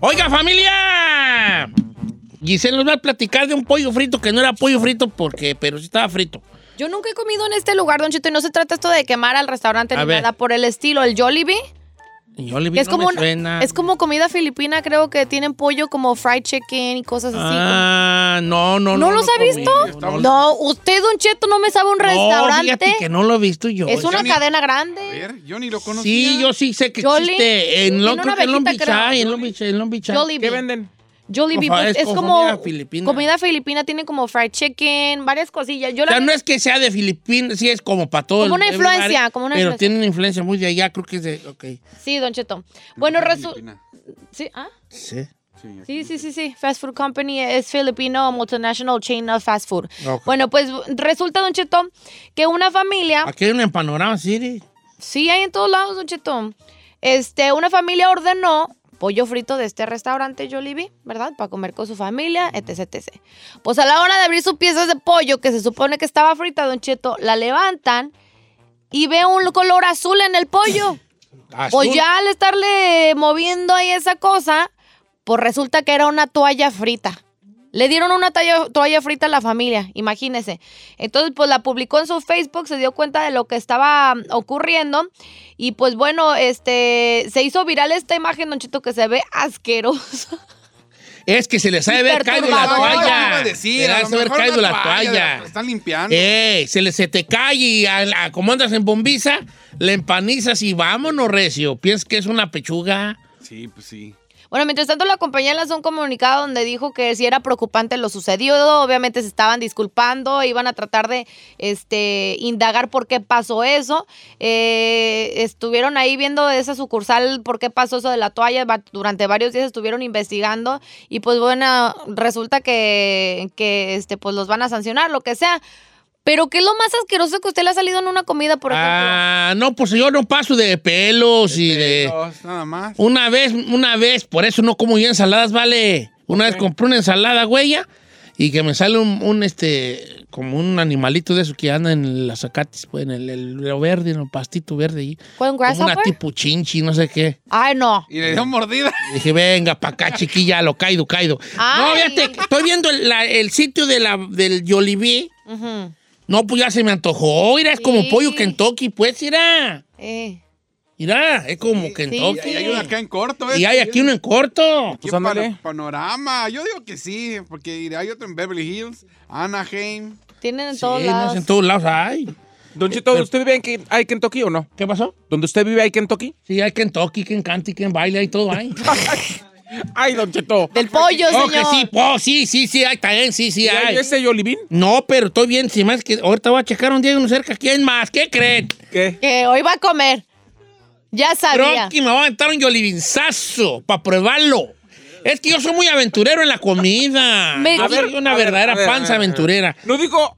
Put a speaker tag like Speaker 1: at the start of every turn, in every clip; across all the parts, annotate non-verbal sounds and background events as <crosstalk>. Speaker 1: Oiga, familia. Giselle nos va a platicar de un pollo frito que no era pollo frito porque, pero sí estaba frito.
Speaker 2: Yo nunca he comido en este lugar, Don Chito, y no se trata esto de quemar al restaurante
Speaker 1: A
Speaker 2: ni
Speaker 1: ver.
Speaker 2: nada por el estilo. El Jollibee,
Speaker 1: Y Yo le
Speaker 2: que
Speaker 1: vi,
Speaker 2: es,
Speaker 1: no me
Speaker 2: como un-
Speaker 1: suena.
Speaker 2: es como comida filipina, creo que tienen pollo como fried chicken y cosas así.
Speaker 1: Ah, no, no,
Speaker 2: ¿No,
Speaker 1: no.
Speaker 2: los ha
Speaker 1: comí.
Speaker 2: visto?
Speaker 1: No,
Speaker 2: No,
Speaker 1: no.
Speaker 2: usted, Don Cheto, no me sabe un
Speaker 1: No, fíjate
Speaker 2: restaurante.
Speaker 1: que no lo he visto yo.
Speaker 2: es una
Speaker 1: Yo ni-
Speaker 2: cadena
Speaker 3: A
Speaker 2: grande.
Speaker 3: ver, yo ni lo conocía.
Speaker 1: Sí, yo sí sé que
Speaker 2: Jolly.
Speaker 1: existe. En
Speaker 2: Tiene
Speaker 1: Long,
Speaker 2: una
Speaker 1: creo que en Long Beach
Speaker 2: abejita, creo.
Speaker 1: hay, en Long Beach, en Long Beach ah. hay.
Speaker 2: Jollibee.
Speaker 4: ¿Qué venden?
Speaker 2: Jollibee,
Speaker 1: Ojo,
Speaker 2: pues,
Speaker 1: es
Speaker 2: es,
Speaker 1: como
Speaker 2: como
Speaker 1: comida filipina.
Speaker 2: comida filipina, tiene como fried chicken, varias cosillas. Yo
Speaker 1: O sea,
Speaker 2: la-
Speaker 1: no es que sea de Filipinas, sí es como para todo
Speaker 2: Como
Speaker 1: el-
Speaker 2: una
Speaker 1: el
Speaker 2: influencia,
Speaker 1: lugar,
Speaker 2: como una
Speaker 1: Pero
Speaker 2: influencia.
Speaker 1: tiene una influencia muy de allá, creo que es de. Ok.
Speaker 2: Sí, Don Cheto. Bueno, resulta...
Speaker 3: Filipina.
Speaker 2: ¿Sí? ¿Ah?
Speaker 1: Sí.
Speaker 2: Sí, sí, sí, sí. Fast Food Company es filipino, multinational chain of fast food.
Speaker 1: Ok.
Speaker 2: Bueno, pues resulta, Don Cheto, que una familia,
Speaker 1: Aquí hay una en Panorama City.
Speaker 2: sí hay en todos lados, Don Cheto, este, una familia ordenó pollo frito de este restaurante Jollibee, ¿verdad? Para comer con su familia, etc, etc. Pues a la hora de abrir sus piezas de pollo, que se supone que estaba frita, Don Cheto, la levantan y ve un color azul en el pollo.
Speaker 1: Azul.
Speaker 2: Pues ya al estarle moviendo ahí esa cosa, pues resulta que era una toalla frita. Le dieron una talla- toalla frita a la familia, imagínese. Entonces, pues la publicó en su Facebook, se dio cuenta de lo que estaba mm, ocurriendo. Y pues bueno, este se hizo viral esta imagen, Don Chito, que se ve asqueroso.
Speaker 1: Es que se les ha de haber caído la
Speaker 2: perturbador.
Speaker 1: toalla.
Speaker 2: Ah, yo
Speaker 3: iba a
Speaker 1: se
Speaker 3: decir,
Speaker 1: les
Speaker 3: a
Speaker 1: ha
Speaker 3: lo
Speaker 1: de haber
Speaker 3: mejor
Speaker 1: caído
Speaker 3: una
Speaker 1: la
Speaker 3: toalla,
Speaker 1: toalla. Eh.
Speaker 3: la están limpiando.
Speaker 1: Ey, se, le- se te cae y a la- como andas en bombiza, le empanizas y vámonos, Recio. Piensas que es una pechuga.
Speaker 3: Sí, pues sí.
Speaker 2: Bueno, mientras tanto, la compañía lanzó un comunicado donde dijo que si era preocupante lo sucedido, obviamente se estaban disculpando, iban a tratar de este, indagar por qué pasó eso. Eh, estuvieron ahí viendo esa sucursal por qué pasó eso de la toalla, va- durante varios días estuvieron investigando y pues bueno, resulta que, que este, pues los van a sancionar, lo que sea. Pero ¿qué es lo más asqueroso que usted le ha salido en una comida, por ejemplo?
Speaker 1: Ah, no, pues yo no paso de pelos y de.
Speaker 3: Dos, nada más.
Speaker 1: Una vez, una vez, por eso no como yo ensaladas, vale. Una vez compré una ensalada, huella, y que me sale un, un, este, como un animalito de esos que anda en las acatis, pues, en el, el- lo verde, en el pastito verde ahí.
Speaker 2: ¿Fue un
Speaker 1: Como una
Speaker 2: grasshopper?
Speaker 1: tipo chinchi, no sé qué.
Speaker 2: Ay, no.
Speaker 3: Y le dio mordida.
Speaker 1: Y Dije, venga, pa' acá, chiquilla, lo caído, caído. No,
Speaker 2: Ay.
Speaker 1: fíjate, que estoy viendo el, la- el sitio de la, del Jollibee.
Speaker 2: Ujú.
Speaker 1: No, pues ya se me antojó. Mira, es como
Speaker 2: Sí.
Speaker 1: pollo Kentucky, pues, mira.
Speaker 2: Eh.
Speaker 1: Mira, es como Kentucky.
Speaker 3: Y hay una acá en corto, ¿eh?
Speaker 1: Y hay aquí uno en corto.
Speaker 3: Qué
Speaker 4: Pues ándale.
Speaker 3: pa- panorama. Yo digo que sí, porque hay otro en Beverly Hills, Anaheim.
Speaker 2: Tienen en
Speaker 1: Sí,
Speaker 2: todos
Speaker 1: no,
Speaker 2: lados.
Speaker 1: en todos lados hay.
Speaker 4: Don Chito, ¿usted vive en Ken- hay Kentucky o no?
Speaker 1: ¿Qué pasó?
Speaker 4: ¿Donde usted vive hay Kentucky?
Speaker 1: Sí, hay quien toque, quien cante, quien baile, hay todo
Speaker 2: <laughs>
Speaker 1: ahí.
Speaker 4: Ay, Don Chito.
Speaker 2: Del pollo,
Speaker 1: Oh,
Speaker 2: señor.
Speaker 1: que sí, oh, sí, sí, sí, hay también, sí, sí,
Speaker 4: ¿Y hay
Speaker 1: hay.
Speaker 4: ese Jolibín?
Speaker 1: No, pero estoy bien, si más que ahorita voy a checar un día uno cerca, ¿quién más? ¿Qué creen?
Speaker 4: ¿Qué?
Speaker 2: Que hoy va a comer. Ya sabía.
Speaker 1: Creo que me va a aventar un yolibinzazo para probarlo. Es que yo soy muy aventurero en la comida.
Speaker 2: Me-
Speaker 1: Yo
Speaker 2: A ver,
Speaker 1: soy una
Speaker 4: a ver,
Speaker 1: verdadera
Speaker 4: a ver, a ver,
Speaker 1: panza
Speaker 4: a ver.
Speaker 1: aventurera.
Speaker 4: No digo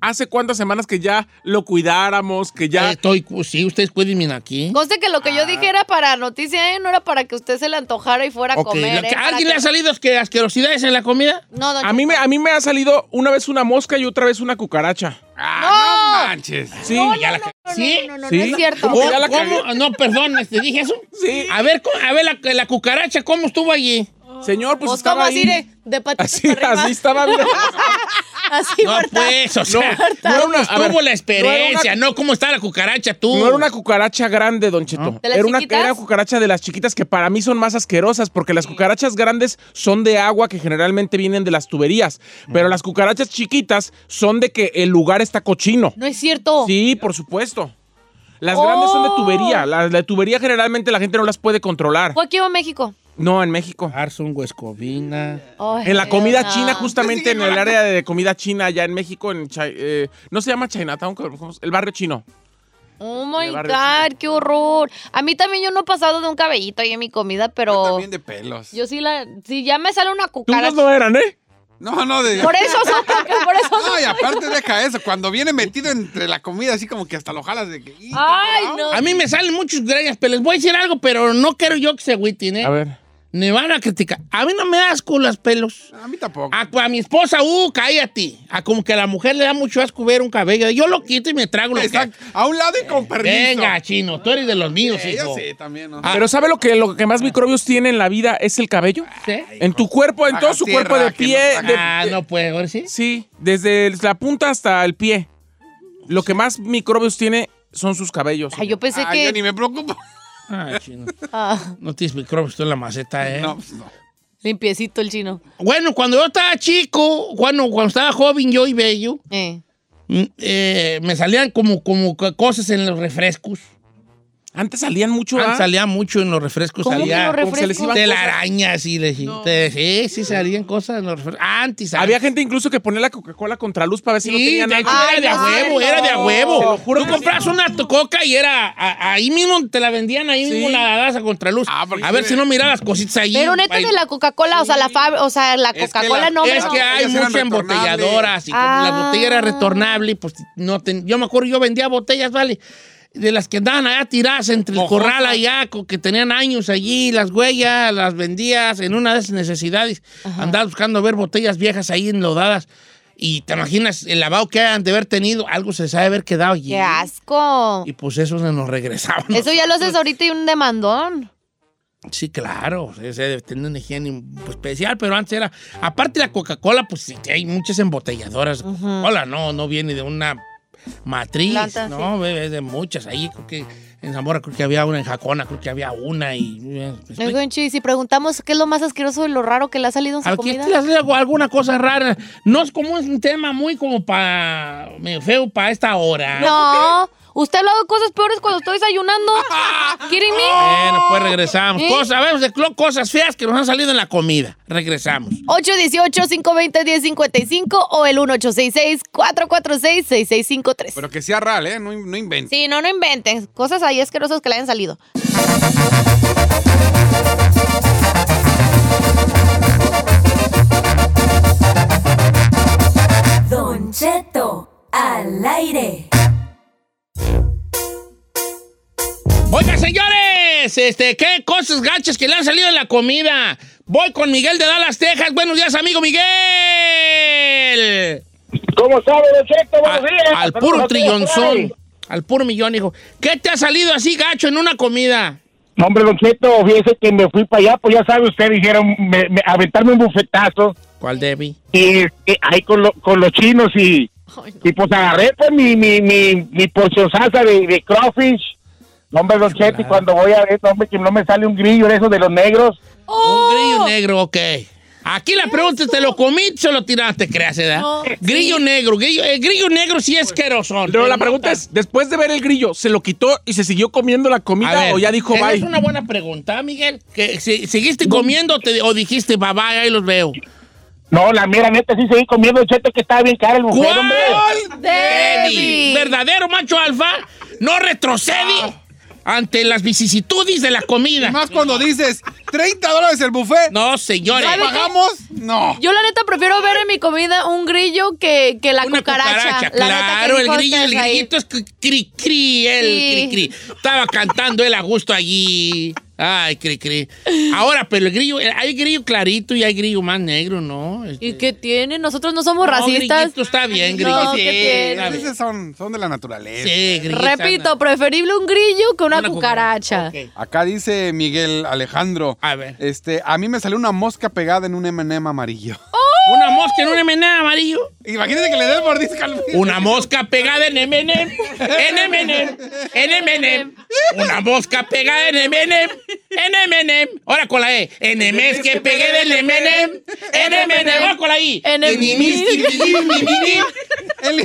Speaker 4: hace cuántas semanas que ya lo cuidáramos, que
Speaker 2: Eh,
Speaker 4: ya...
Speaker 1: Eh, Estoy, sí, ustedes cuiden aquí.
Speaker 2: Conste que lo
Speaker 4: Ah.
Speaker 2: que yo dije era para noticia, ¿eh? no era para que usted se le antojara y fuera a
Speaker 1: Ok,
Speaker 2: comer. ¿eh?
Speaker 1: ¿a
Speaker 2: Para
Speaker 1: ¿Alguien le
Speaker 2: que-
Speaker 1: ha salido asque- asquerosidades en la comida?
Speaker 2: No, don
Speaker 4: A mí, me, a mí me ha salido una vez una mosca y otra vez una cucaracha.
Speaker 3: Ah, no manches.
Speaker 4: Sí.
Speaker 1: ya la-
Speaker 2: no,
Speaker 1: ¿Sí?
Speaker 2: no, no, no, no,
Speaker 4: ¿Sí?
Speaker 2: es cierto.
Speaker 4: ¿Cómo?
Speaker 1: ¿Cómo?
Speaker 4: ya la
Speaker 1: ¿Cómo? No, perdón, ¿te dije eso?
Speaker 4: Sí.
Speaker 1: A ver, co- a ver la, la cucaracha, ¿cómo estuvo allí?
Speaker 4: Señor, pues
Speaker 2: Pues, ¿cómo
Speaker 4: estaba ahí.
Speaker 2: así de, de patitas
Speaker 4: Así,
Speaker 2: para arriba?
Speaker 4: así estaba. mira.
Speaker 2: <laughs> Así,
Speaker 1: No,
Speaker 2: ¿verdad?
Speaker 1: pues, o sea,
Speaker 4: no era
Speaker 1: ¿cómo
Speaker 4: una- a
Speaker 1: estuvo
Speaker 4: ver,
Speaker 1: la experiencia?
Speaker 4: no
Speaker 1: No, ¿cómo está la cucaracha tú?
Speaker 4: No era una cucaracha grande, Don Cheto.
Speaker 2: ¿De las
Speaker 4: Era una
Speaker 2: chiquitas?
Speaker 4: era cucaracha de las chiquitas que para mí son más asquerosas porque las cucarachas grandes son de agua que generalmente vienen de las tuberías,
Speaker 2: Mm.
Speaker 4: pero las cucarachas chiquitas son de que el lugar está cochino.
Speaker 2: No es cierto.
Speaker 4: Sí, por supuesto. Las grandes son de
Speaker 2: Oh.
Speaker 4: tubería. Las de tubería generalmente la gente no las puede controlar.
Speaker 2: Fue aquí o México.
Speaker 4: No, en México.
Speaker 1: Arson, Huescovina.
Speaker 2: Ay,
Speaker 4: En la comida
Speaker 2: no.
Speaker 4: china, justamente en el área de comida china, allá en México, en Chi- eh, no se llama Chinatown, ¿cómo se- el barrio chino.
Speaker 2: Oh my
Speaker 4: el barrio
Speaker 2: God, qué horror. A mí también yo no he pasado de un cabellito ahí en mi comida,
Speaker 3: Yo
Speaker 1: Oh.
Speaker 2: pero.
Speaker 3: También de pelos.
Speaker 2: Yo sí la. Si ya me sale una
Speaker 4: Tú
Speaker 2: cucaracha.
Speaker 4: no eran, ¿eh?
Speaker 3: No, no, de.
Speaker 2: Por eso son. Por eso son.
Speaker 3: No, y aparte deja eso. Cuando viene metido entre la comida, así como que hasta lo jalas de que. "Y,
Speaker 2: Ay, no.
Speaker 1: A mí me salen muchos grañas, pero les voy a decir algo, pero no quiero yo que se agüiten, ¿eh?
Speaker 4: A ver.
Speaker 1: Me van a criticar. A mí no me das asco las pelos.
Speaker 3: A mí tampoco.
Speaker 1: A, a mi esposa, uh, cállate. A como que a la mujer le da mucho asco ver un cabello. Yo lo quito y me trago lo
Speaker 3: Exacto. A un lado y con
Speaker 1: que...
Speaker 3: permiso.
Speaker 1: Venga, chino, tú eres de los míos,
Speaker 3: Sí,
Speaker 1: hijo.
Speaker 3: yo sí, también. ¿no?
Speaker 1: Ah,
Speaker 4: Pero ¿sabe lo que, lo que más microbios tiene en la vida es el cabello?
Speaker 1: ¿Sí?
Speaker 4: En tu cuerpo, en
Speaker 3: Haga
Speaker 4: todo su
Speaker 3: tierra,
Speaker 4: cuerpo de
Speaker 3: que
Speaker 4: pie.
Speaker 3: no
Speaker 4: de-
Speaker 1: Ah, no puedo, ahora sí.
Speaker 4: Sí, desde la punta hasta el pie. Lo que más microbios tiene son sus cabellos.
Speaker 2: Ay, yo
Speaker 1: Pues
Speaker 2: pensé
Speaker 3: Ah,
Speaker 2: que.
Speaker 3: Yo ni me preocupo.
Speaker 1: Ah, chino.
Speaker 2: Ah,
Speaker 1: No tienes microbios tú en la maceta, ¿eh?
Speaker 3: No, pues no.
Speaker 2: limpiecito el chino.
Speaker 1: Bueno, cuando yo estaba chico, cuando, cuando estaba joven, yo y bello,
Speaker 2: Eh.
Speaker 1: mm, eh, me salían como, como cosas en los refrescos.
Speaker 4: Antes salían mucho.
Speaker 1: Antes
Speaker 4: ¿ah?
Speaker 1: salía mucho en los refrescos.
Speaker 2: ¿Cómo que
Speaker 1: salía
Speaker 2: los
Speaker 4: como se les
Speaker 2: refrescos?
Speaker 4: iban
Speaker 1: telarañas y le te- Sí, sí, salían cosas en los refrescos. Antes.
Speaker 4: Había
Speaker 1: antes.
Speaker 4: gente incluso que ponía la Coca-Cola contra luz para ver si no
Speaker 1: Sí,
Speaker 4: tenía
Speaker 1: de hecho,
Speaker 4: nada.
Speaker 1: era de a
Speaker 2: Ay,
Speaker 1: huevo,
Speaker 2: no.
Speaker 1: era de a
Speaker 4: Te
Speaker 1: huevo.
Speaker 4: lo juro
Speaker 1: Tú
Speaker 4: que
Speaker 1: compras una to- coca y era a- ahí mismo te la vendían, ahí
Speaker 4: Sí.
Speaker 1: mismo la dabas a contraluz.
Speaker 3: Ah, porque
Speaker 1: a ver
Speaker 3: sí.
Speaker 1: si no mirabas cositas ahí.
Speaker 2: Pero neta
Speaker 1: Ahí-
Speaker 2: de la Coca-Cola, o sea, la fab- o sea, la
Speaker 3: Es que
Speaker 2: Coca-Cola
Speaker 3: la-
Speaker 2: no me
Speaker 1: es
Speaker 2: no.
Speaker 1: que hay
Speaker 3: ellas eran
Speaker 1: muchas
Speaker 3: retornables.
Speaker 1: embotelladoras y como la
Speaker 2: Ah.
Speaker 1: botella era retornable, pues no ten- yo me acuerdo, yo vendía botellas, vale, de las que andaban allá tiradas entre el
Speaker 3: Ojotas.
Speaker 1: corral allá, co- que tenían años allí, las huellas, las vendías en una de esas necesidades, andaba buscando ver botellas viejas ahí enlodadas y te imaginas el lavado que han de haber tenido, algo se sabe haber quedado allí.
Speaker 2: ¡Qué asco!
Speaker 1: Y pues eso se nos regresaba. ¿no?
Speaker 2: Eso ya lo haces ahorita y un demandón.
Speaker 1: Sí, claro, o sea, se debe tener una higiene pues, especial, pero antes era, aparte la Coca-Cola, pues sí, hay muchas embotelladoras. Coca-Cola no, no viene de una matriz,
Speaker 2: Planta,
Speaker 1: no, bebé, es de muchas. Ahí creo que en Zamora creo que había una, en Jacona creo que había una y... eh, ¿me explico?
Speaker 2: Oigan, Chuy, si preguntamos qué es lo más asqueroso y lo raro que le ha salido en su
Speaker 1: ¿A quién
Speaker 2: comida.
Speaker 1: te hace algo- alguna cosa rara? No es como es un tema muy como para... medio feo para esta hora.
Speaker 2: No, usted ha hablado de cosas peores cuando estoy desayunando. ¿Quieren mí?
Speaker 1: Bueno, pues regresamos.
Speaker 2: ¿Eh?
Speaker 1: Cosas, a ver, cosas feas que nos han salido en la comida. Regresamos.
Speaker 2: 818-520-1055 o el 1866-446-6653.
Speaker 3: Pero que sea real, ¿eh? No, no inventes.
Speaker 2: Sí, no, no inventen. Cosas ahí asquerosas que le hayan salido.
Speaker 5: Don Cheto, al aire.
Speaker 1: Oiga, señores, este, qué cosas gachas que le han salido de la comida. Voy con Miguel de Dallas, Texas. Buenos días, amigo Miguel.
Speaker 6: ¿Cómo sabe, Don Cheto?
Speaker 1: A-
Speaker 6: Buenos días.
Speaker 1: al puro
Speaker 6: Saludos,
Speaker 1: trillonzón.
Speaker 6: Freddy.
Speaker 1: Al puro millón, hijo. ¿Qué te ha salido así, gacho, en una comida?
Speaker 6: No, hombre, Don Cheto, fíjese que me fui para allá, pues ya sabe usted, dijeron me- me- aventarme un bufetazo
Speaker 1: ¿Cuál, Debbie?
Speaker 6: y este, ahí con, lo- con los chinos y, y pues agarré pues mi, mi, mi, mi porción salsa de, de crawfish. No, hombre, Don Cheto, y cuando voy a ver, no, hombre, que no me sale un grillo de esos de los negros.
Speaker 1: Un grillo negro, ok. Aquí la pregunta es, ¿te lo comiste o lo tiraste? Creas, ¿verdad?
Speaker 2: No.
Speaker 1: Grillo negro, grillo, el grillo negro sí es querosón.
Speaker 4: Pero la pregunta es, después de ver el grillo, ¿se lo quitó y se siguió comiendo la
Speaker 1: A
Speaker 4: comida
Speaker 1: ver,
Speaker 4: o ya dijo
Speaker 1: esa
Speaker 4: bye?
Speaker 1: Es una buena pregunta, Miguel. Que si- ¿Seguiste comiendo o te- o dijiste, bye bye, ahí los veo?
Speaker 6: No, la mera neta sí seguí comiendo, Don Cheto, que estaba bien cara el bufet, hombre.
Speaker 1: ¿Cuál?
Speaker 2: Debbie.
Speaker 1: Verdadero macho alfa no retrocede ante las vicisitudes de la comida.
Speaker 3: Y más cuando dices, 30 dólares el buffet.
Speaker 1: No, señores.
Speaker 2: ¿Sabe qué?
Speaker 3: ¿Pagamos? No.
Speaker 2: Yo la neta prefiero ver en mi comida un grillo que, que la
Speaker 1: Una
Speaker 2: cucaracha.
Speaker 1: cucaracha,
Speaker 2: La neta,
Speaker 1: claro,
Speaker 2: qué
Speaker 1: el
Speaker 2: rico
Speaker 1: grillo, el
Speaker 2: estás ahí.
Speaker 1: grillito es cri- cri cri, el
Speaker 2: Sí.
Speaker 1: cri cri. Estaba cantando él a gusto allí. Ay, cri cri. Ahora, pero el grillo, eh, hay grillo clarito y hay grillo más negro, ¿no?
Speaker 2: ¿Y
Speaker 1: Este,
Speaker 2: qué tiene? Nosotros no somos
Speaker 1: No,
Speaker 2: racistas.
Speaker 1: grillito está bien, grillito.
Speaker 2: No, ¿qué
Speaker 1: Sí,
Speaker 2: tiene?
Speaker 1: está bien.
Speaker 3: Esos son, son de la naturaleza.
Speaker 1: sí, grillito
Speaker 2: Repito,
Speaker 1: anda.
Speaker 2: preferible un grillo que una,
Speaker 1: Una
Speaker 2: cucaracha.
Speaker 1: cucaracha, ok.
Speaker 3: Acá dice Miguel Alejandro.
Speaker 1: A ver.
Speaker 3: Este, a mí me salió una mosca pegada en un M&M amarillo.
Speaker 1: Oh. Una mosca en un M&M amarillo.
Speaker 3: Imagínate que le des mordisca al
Speaker 1: Una mosca pegada en M&M. En M&M. En M&M. Una mosca pegada en M&M. En M&M. Ahora con la E. Enemies que pegué del M&M. En M&M. Ahora con la I.
Speaker 2: Enemies.
Speaker 1: Enemies.
Speaker 3: El-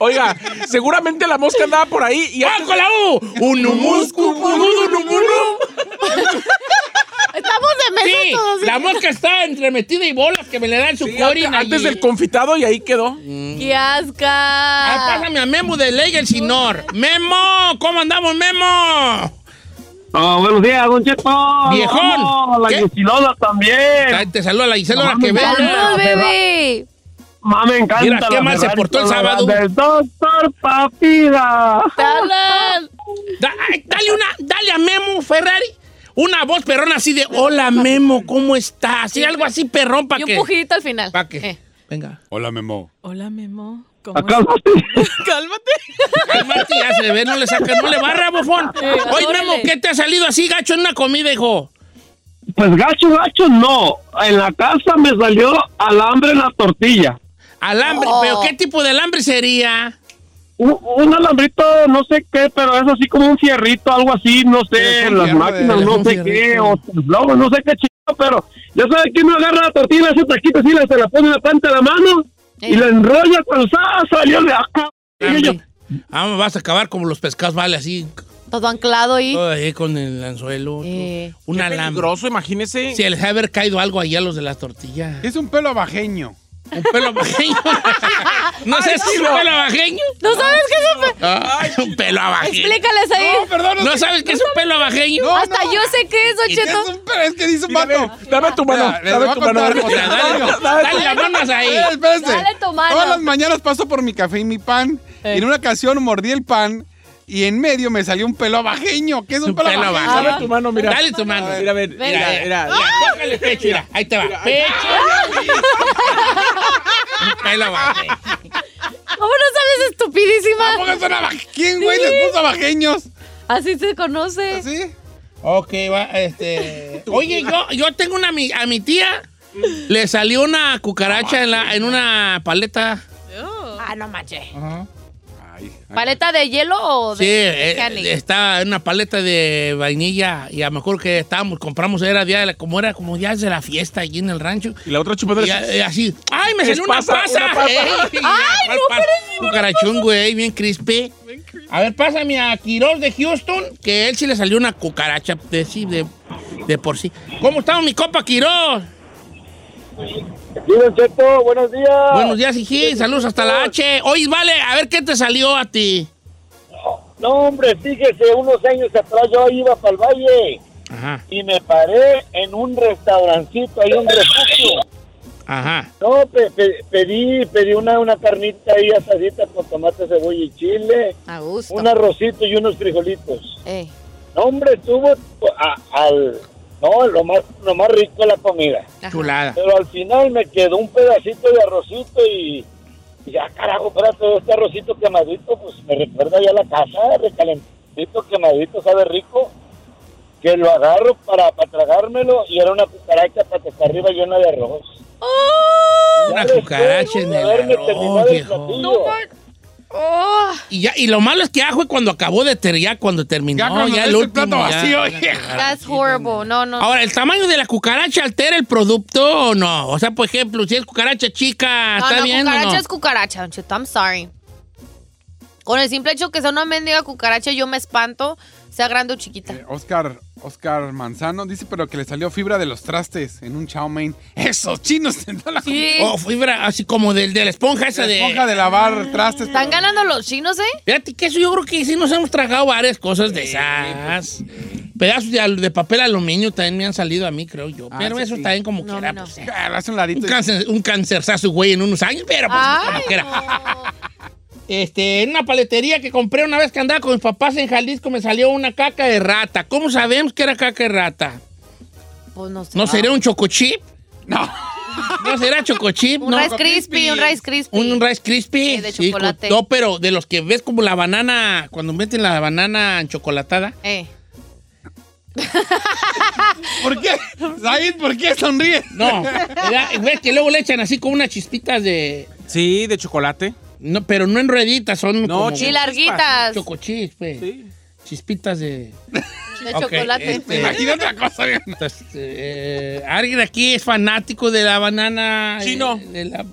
Speaker 4: Oiga, seguramente la mosca andaba por ahí y
Speaker 1: Ahora con la U. Un humuscu.
Speaker 2: <laughs> Estamos de mesa
Speaker 1: Sí,
Speaker 2: todos.
Speaker 1: la mosca está entremetida y bolas que me le dan su
Speaker 4: Sí,
Speaker 1: corin
Speaker 4: antes, antes
Speaker 1: allí.
Speaker 4: del confitado y ahí quedó.
Speaker 2: ¡Qué
Speaker 1: Ah,
Speaker 2: asca!
Speaker 1: pásame a Memo de Ley el Sinor. Memo, ¿cómo andamos, Memo?
Speaker 6: No, Oh, buenos días, Don Cheto.
Speaker 1: Viejón.
Speaker 6: Vamos,
Speaker 1: ¿Qué?
Speaker 6: Gisilona
Speaker 1: Ay,
Speaker 6: también.
Speaker 1: Te saluda la Gisela,
Speaker 6: No,
Speaker 1: ahora que
Speaker 6: mami,
Speaker 1: veo.
Speaker 2: ¡Salud,
Speaker 6: Ah,
Speaker 2: bebé!
Speaker 6: Mamá, Ah, me encanta.
Speaker 1: Mira, qué
Speaker 6: la
Speaker 1: mal se
Speaker 6: Ferrari
Speaker 1: portó el
Speaker 6: con la
Speaker 1: sábado.
Speaker 6: Del doctor Papida.
Speaker 1: Ah,
Speaker 2: ¡Salud!
Speaker 1: Da- ay, dale una, dale a Memo Ferrari Una voz perrón así de, hola Memo, ¿cómo estás? Y algo así perrón para
Speaker 2: Y
Speaker 1: que...
Speaker 2: un pujito al final.
Speaker 1: Para que...
Speaker 2: Eh.
Speaker 1: Venga.
Speaker 3: Hola, Memo.
Speaker 7: Hola, Memo. ¿Cómo
Speaker 6: Acá,
Speaker 7: estás? Cálmate.
Speaker 1: Cálmate, ya se ve, no le saca, no le barra, bofón. Oye,
Speaker 2: Eh, órale.
Speaker 1: Memo, ¿qué te ha salido así, gacho, en una comida, hijo?
Speaker 6: Pues gacho, gacho, no. En la casa me salió alambre en la tortilla.
Speaker 1: Alambre,
Speaker 2: Oh.
Speaker 1: pero ¿qué tipo de alambre sería?
Speaker 6: Un, un alambrito, no sé qué, pero es así como un fierrito, algo así, no sé,
Speaker 3: Telefón
Speaker 6: en las
Speaker 3: fierro,
Speaker 6: máquinas,
Speaker 1: eh,
Speaker 6: no sé
Speaker 1: telefón
Speaker 6: qué,
Speaker 1: fierrito.
Speaker 6: o no, no sé qué chido, pero ya sabes que uno agarra la tortilla, ese taquito así, la- se la pone en la planta de la mano y
Speaker 2: Eh.
Speaker 6: la enrolla con sal, salió de acá. Y yo,
Speaker 1: Alambre. Ah, me vas a acabar como los pescados, vale, así,
Speaker 2: Todo anclado y.
Speaker 1: todo ahí con el anzuelo.
Speaker 2: Eh.
Speaker 1: Un
Speaker 4: Qué
Speaker 1: alambre.
Speaker 4: peligroso, imagínese.
Speaker 1: Si les ha haber caído algo allá a los de las tortillas.
Speaker 3: Es un pelo abajeño.
Speaker 1: Un pelo bajeño. no sé si es un pelo abajeño.
Speaker 2: ¿No sabes qué es un pe-
Speaker 1: Ah, un pelo abajeño.
Speaker 2: Explícales ahí.
Speaker 3: No, perdón.
Speaker 1: ¿No sabes qué es un pelo abajeño?
Speaker 3: No,
Speaker 2: Hasta yo sé qué es, Don
Speaker 1: Y
Speaker 3: Es,
Speaker 2: Cheto.
Speaker 3: un, pero es que dice un
Speaker 4: Dame,
Speaker 3: vato.
Speaker 4: dame tu mano.
Speaker 3: Mira, les voy
Speaker 4: dame
Speaker 3: a
Speaker 4: tu mano.
Speaker 1: O
Speaker 3: contar
Speaker 1: sea,
Speaker 3: otra.
Speaker 1: dale,
Speaker 4: <laughs>
Speaker 1: dale las manos ahí.
Speaker 3: Espérate, espérate.
Speaker 2: Dale tu mano.
Speaker 3: Todas las mañanas paso por mi café y mi pan.
Speaker 1: Eh.
Speaker 3: Y en una ocasión mordí el pan y en medio me salió un pelo abajeño. ¿Qué es un,
Speaker 1: Un
Speaker 3: pelo,
Speaker 1: pelo
Speaker 3: abajeño?
Speaker 1: abajeño.
Speaker 4: Dame tu mano, mira.
Speaker 1: Dale tu mano.
Speaker 4: Mira, a ver,
Speaker 2: Venga.
Speaker 4: mira, mira.
Speaker 1: Mira, tócale pecho, mira. Ahí te va. Pecho. Un pelo abajeño.
Speaker 2: ¿Cómo no sabes, estupidísima?
Speaker 3: ¿Cómo que son abaje- ¿Quién, güey, les puso abajeños?
Speaker 2: Así se conoce.
Speaker 3: ¿Sí?
Speaker 1: Ok, va, este. <laughs> Oye, yo, yo tengo una ami- a mi tía. Le salió una cucaracha en, la- en una paleta.
Speaker 2: Ah, no manches.
Speaker 3: Ay,
Speaker 2: ¿Paleta de hielo o de
Speaker 1: Sí, eh,
Speaker 2: candy?
Speaker 1: está en una paleta de vainilla y a lo mejor que estábamos, compramos, era día de la, como era como ya es de la fiesta allí en el rancho.
Speaker 4: Y la otra chupadora.
Speaker 1: Y, a- y así, ¡ay, me
Speaker 4: Es
Speaker 1: salió una
Speaker 4: pasa,
Speaker 1: pasa!
Speaker 4: una pasa.
Speaker 1: Ey, ¿cuál pasa? Cucarachón, güey, bien crispy. A ver, pásame a Quiroz de Houston, que él sí le salió una cucaracha de, sí, de, de por sí. ¿Cómo estamos, mi copa Quiroz?
Speaker 6: Don Cheto, buenos días.
Speaker 1: Buenos días, hijín. Saludos hasta la H. Oye, vale, a ver qué te salió a ti.
Speaker 6: No, hombre, fíjese, unos años atrás yo iba para el valle
Speaker 1: Ajá,
Speaker 6: y me paré en un restaurancito, hay un refugio.
Speaker 1: ajá.
Speaker 6: No, pe- pe- pedí, pedí una, una carnita ahí asadita con tomate, cebolla y chile,
Speaker 2: A gusto. Eh,
Speaker 6: un arrocito y unos frijolitos.
Speaker 2: Ey.
Speaker 6: No, hombre, estuvo a- al... No, lo más, lo más rico la comida.
Speaker 2: Ajá.
Speaker 1: Chulada.
Speaker 6: Pero al final me quedó un pedacito de arrocito y... y Ya, carajo, espérate, este arrocito quemadito, pues me recuerda ya a la casa, recalentito, quemadito, sabe rico. Que lo agarro para, para tragármelo y era una cucaracha para que está arriba llena de arroz.
Speaker 2: Oh,
Speaker 1: Una cucaracha en el arroz, viejo.
Speaker 6: No,
Speaker 2: Oh,
Speaker 1: Y, ya, y lo malo es que ajo cuando acabó de ter, ya cuando terminó,
Speaker 3: Ya
Speaker 1: ya,
Speaker 3: cuando ves
Speaker 1: el
Speaker 3: el
Speaker 1: último.
Speaker 3: plato
Speaker 1: ya,
Speaker 3: vacío,
Speaker 1: ya,
Speaker 3: hija.
Speaker 1: ya.
Speaker 2: that's horrible. No, no.
Speaker 1: Ahora, ¿el tamaño de la cucaracha altera el producto o no? O sea, por ejemplo, si es cucaracha chica,
Speaker 2: No,
Speaker 1: ¿está
Speaker 2: no,
Speaker 1: bien o
Speaker 2: cucaracha
Speaker 1: no?
Speaker 2: es cucaracha, Don Cheto. I'm sorry. Con el simple hecho que sea una mendiga cucaracha, yo me espanto, sea grande o chiquita.
Speaker 3: eh, Oscar, Oscar Manzano dice, pero que le salió fibra de los trastes en un chow mein. Esos chinos en toda la
Speaker 2: Sí.
Speaker 1: O fibra así como del, de la esponja esa
Speaker 3: La
Speaker 1: de...
Speaker 3: esponja de lavar
Speaker 2: Ah.
Speaker 3: trastes.
Speaker 2: Están ganando los chinos, ¿eh?
Speaker 1: Fíjate que eso yo creo que sí nos hemos tragado varias cosas de
Speaker 3: pues
Speaker 1: esas. Pedazos de, al- de papel aluminio también me han salido a mí, creo yo.
Speaker 3: Ah,
Speaker 1: pero
Speaker 3: sí,
Speaker 1: eso
Speaker 3: sí.
Speaker 1: también como
Speaker 2: No,
Speaker 1: quiera,
Speaker 2: no.
Speaker 1: pues, eh,
Speaker 3: Ah, lo hace un ladito.
Speaker 1: Un, cáncer, un cancerzazo, güey, en unos años, pero pues
Speaker 2: Ay,
Speaker 1: como quiera.
Speaker 2: no.
Speaker 1: Este, en una paletería que compré una vez que andaba con mis papás en Jalisco me salió una caca de rata. ¿Cómo sabemos que era caca de rata?
Speaker 2: Pues no sé.
Speaker 1: ¿No sería un chocochip?
Speaker 3: No.
Speaker 1: ¿No será chocochip?
Speaker 2: <laughs> Un
Speaker 1: no.
Speaker 2: Rice Crispy, un Rice Crispy.
Speaker 1: Un Rice Crispy.
Speaker 2: Sí, de
Speaker 1: sí,
Speaker 2: chocolate.
Speaker 1: con- no, pero de los que ves como la banana, cuando meten la banana en chocolatada.
Speaker 2: Eh.
Speaker 3: ¿Por qué? Said, ¿por qué sonríes?
Speaker 2: <laughs>
Speaker 1: No, era- ves que luego le echan así como unas chispitas de...
Speaker 4: Sí, de chocolate.
Speaker 1: No, pero no enreditas, son
Speaker 4: No,
Speaker 1: como
Speaker 4: chi-
Speaker 2: Y larguitas.
Speaker 1: chocochips, pues.
Speaker 4: Sí.
Speaker 1: Chispitas de...
Speaker 2: De
Speaker 1: Ok,
Speaker 2: chocolate.
Speaker 1: este,
Speaker 3: Imagina otra cosa, bien.
Speaker 1: Entonces, Pues, eh, alguien aquí es fanático de la banana. eh,
Speaker 4: Chino.
Speaker 1: de la.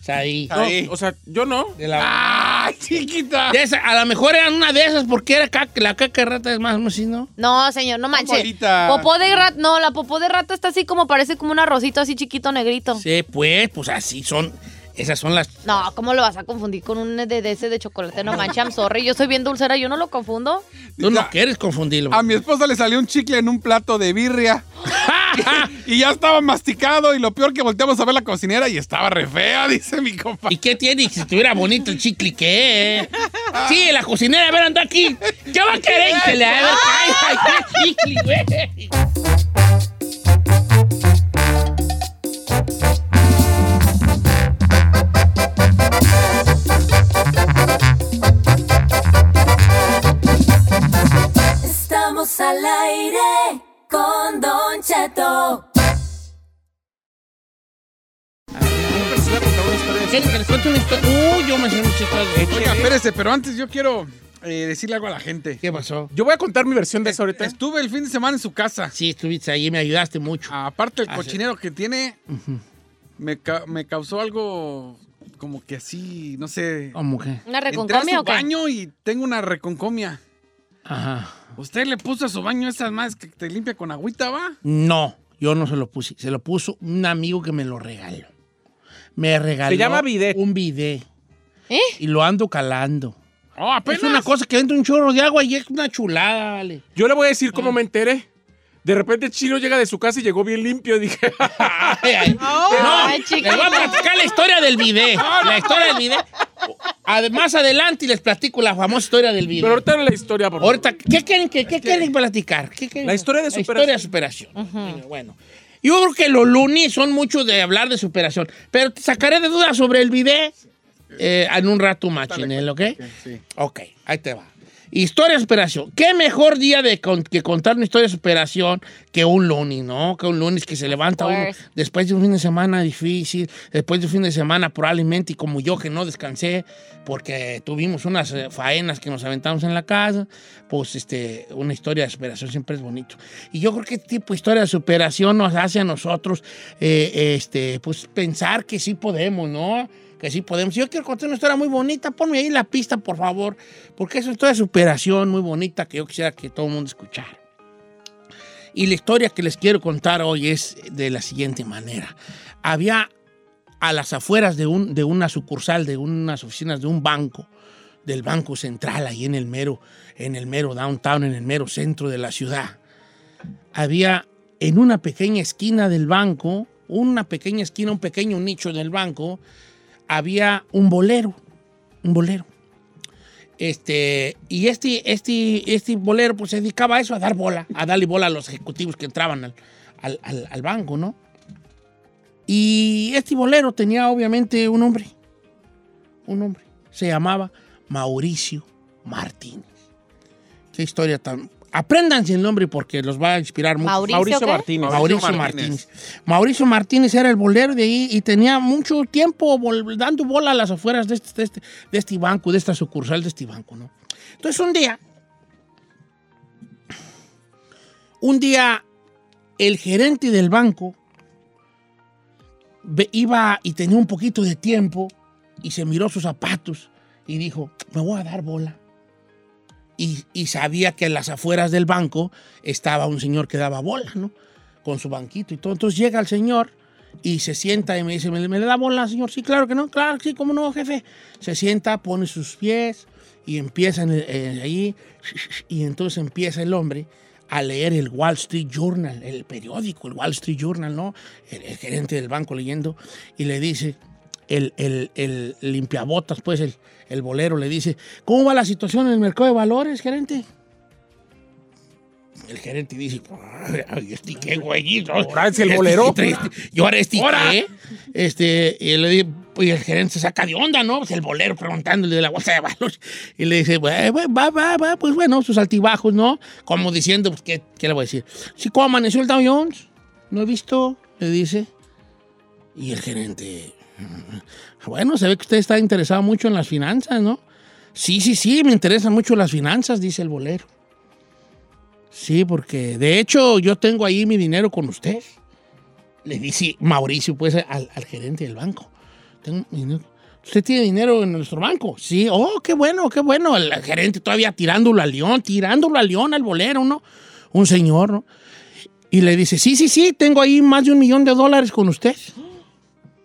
Speaker 1: Saí.
Speaker 4: No,
Speaker 3: Ahí.
Speaker 4: o sea, yo no.
Speaker 1: De la-
Speaker 3: ¡Ah, chiquita!
Speaker 1: de esa- a lo mejor eran una de esas porque era caca- la caca de rata es más, ¿no? Sí, ¿no?
Speaker 2: No, señor, no manches.
Speaker 3: bolita.
Speaker 2: Popó de rata, no, la popó de rata está así como parece como un arrocito así chiquito negrito.
Speaker 1: Sí, pues, pues así son. Esas son las.
Speaker 2: No, ¿cómo lo vas a confundir con un de, de ese de chocolate? No manches, I'm sorry. Yo soy bien dulcera, yo no lo confundo.
Speaker 1: Tú no
Speaker 3: Ya. Ah,
Speaker 1: quieres confundirlo.
Speaker 3: A mi esposa le salió un chicle en un plato de <laughs> birria y ya estaba masticado y lo peor que volteamos a ver la cocinera y estaba re fea, dice mi compa.
Speaker 1: ¿Y qué tiene? Si estuviera bonito el chicle, ¿qué?
Speaker 3: Ah.
Speaker 1: Sí, la cocinera, a ver, anda aquí. ¿Qué va a querer? Y se le va a ver, ay, ay,
Speaker 3: Ah.
Speaker 1: qué chicle, güey.
Speaker 5: Estamos al aire con Don Cheto.
Speaker 1: ¿Quieres que les cuente una historia? Uy, yo me sé mucho esto.
Speaker 3: Oiga, espérese, pero antes yo quiero eh, decirle algo a la gente.
Speaker 1: ¿Qué pasó?
Speaker 4: Yo voy a contar mi versión de eso ahorita.
Speaker 3: Estuve el fin de semana en su casa.
Speaker 1: Sí, estuviste ahí, me ayudaste mucho.
Speaker 3: Aparte el
Speaker 1: Ah, sí.
Speaker 3: cochinero que tiene, me, ca- me causó algo como que así, no sé.
Speaker 1: ¿Cómo que?
Speaker 2: ¿Una
Speaker 3: Entré a
Speaker 2: reconcomia
Speaker 3: su
Speaker 2: o qué?
Speaker 3: baño y tengo una reconcomia.
Speaker 1: Ajá.
Speaker 3: Usted le puso a su baño esas más que te limpia con agüita, ¿va?
Speaker 1: No, yo no se lo puse. Se lo puso un amigo que me lo regaló. Me regaló.
Speaker 4: Se llama bidet.
Speaker 1: Un bidet.
Speaker 2: ¿Eh?
Speaker 1: Y lo ando calando.
Speaker 3: Oh, apenas.
Speaker 1: Es una cosa que entra un chorro de agua y es una chulada,
Speaker 4: <laughs>
Speaker 1: vale.
Speaker 4: Yo le voy a decir cómo me enteré. De repente Chino llega de su casa y llegó bien limpio. Dije,
Speaker 1: Ay, ay.
Speaker 2: <laughs> Ay,
Speaker 1: no, les voy a platicar la historia del bidet. La historia del bidet. Ad- Más adelante les platico la famosa historia del bidet.
Speaker 4: pero ahorita no la historia, por favor. Este,
Speaker 1: Ahorita, ¿qué quieren, qué, qué quieren platicar? ¿Qué quieren?
Speaker 4: La historia de superación.
Speaker 1: historia de superación. Bueno, Bueno, yo creo que los lunes son mucho de hablar de superación, pero te sacaré de dudas sobre el video eh, en un rato más,
Speaker 4: pues.
Speaker 1: Chinel, ¿ok?
Speaker 3: Sí.
Speaker 1: Ok, ahí te va. Historia de superación. ¿Qué mejor día de con- que contar una historia de superación que un lunes, no? Que un lunes que se levanta uno
Speaker 2: course.
Speaker 1: después de un fin de semana difícil, después de un fin de semana probablemente, y como yo que no descansé porque tuvimos unas eh, faenas que nos aventamos en la casa, pues este, una historia de superación siempre es bonito. Y yo creo que este tipo de historia de superación nos hace a nosotros eh, este, pues, pensar que sí podemos, ¿no? Que sí podemos. Yo quiero contar una historia muy bonita, ponme ahí la pista, por favor, porque es una historia de superación muy bonita que yo quisiera que todo el mundo escuchara. Y la historia que les quiero contar hoy es de la siguiente manera. Había a las afueras de, un, de una sucursal, de unas oficinas de un banco, del Banco Central, ahí en el mero, en el mero downtown, en el mero centro de la ciudad. Había en una pequeña esquina del banco, una pequeña esquina, un pequeño nicho del banco, había un bolero, un bolero. Este, y este, este, este bolero pues, se dedicaba a eso, a dar bola, a darle bola a los ejecutivos que entraban al, al- al- al banco, ¿no? Y este bolero tenía obviamente un hombre, un hombre, se llamaba Mauricio Martínez. Qué historia tan... Apréndanse el nombre porque los va a inspirar mucho.
Speaker 2: Mauricio, ¿qué?
Speaker 4: Martínez.
Speaker 1: Mauricio, Martínez. Mauricio Martínez era el bolero de ahí y tenía mucho tiempo vol- dando bola a las afueras de este, de este- de este banco, de esta sucursal de este banco, ¿no? Entonces un día, un día el gerente del banco ve- iba y tenía un poquito de tiempo y se miró sus zapatos y dijo, me voy a dar bola. Y, y sabía que en las afueras del banco estaba un señor que daba bola, ¿no? Con su banquito y todo. Entonces llega el señor y se sienta y me dice, ¿me, me le da bola, señor? Sí, claro que no, claro, que sí, ¿cómo no, jefe? Se sienta, pone sus pies y empieza en el- eh, ahí. Y entonces empieza el hombre a leer el Wall Street Journal, el periódico, el Wall Street Journal, ¿no? El, el gerente del banco leyendo y le dice, el, el, el limpiabotas, pues el, el bolero le dice, ¿cómo va la situación en el mercado de valores, gerente? El gerente dice, "Ay, este qué güeyito.
Speaker 4: Ahora es el bolero.
Speaker 1: Este, este, y ahora este
Speaker 4: Ahora.
Speaker 1: qué. Este, y, le di- y el gerente se saca de onda, ¿no? Pues el bolero preguntándole de la bolsa de valores. Y le dice, "Bue- bue- va, va, va, pues bueno, sus altibajos, ¿no? Como diciendo, pues, ¿qué, qué le voy a decir? Sí, ¿cómo amaneció el Dow Jones? No he visto, le dice. Y el gerente, bueno, se ve que usted está interesado mucho en las finanzas, ¿no? Sí, sí, sí, me interesan mucho las finanzas, dice el bolero. Sí, porque de hecho yo tengo ahí mi dinero con usted. Le dice Mauricio, pues, al, al gerente del banco. Tengo mi dinero. ¿Usted tiene dinero en nuestro banco? Sí. Oh, qué bueno, qué bueno. El gerente todavía tirándolo al león, tirándolo al león, al bolero, ¿no? Un señor, ¿no? Y le dice, sí, sí, sí, tengo ahí más de un millón de dólares con usted.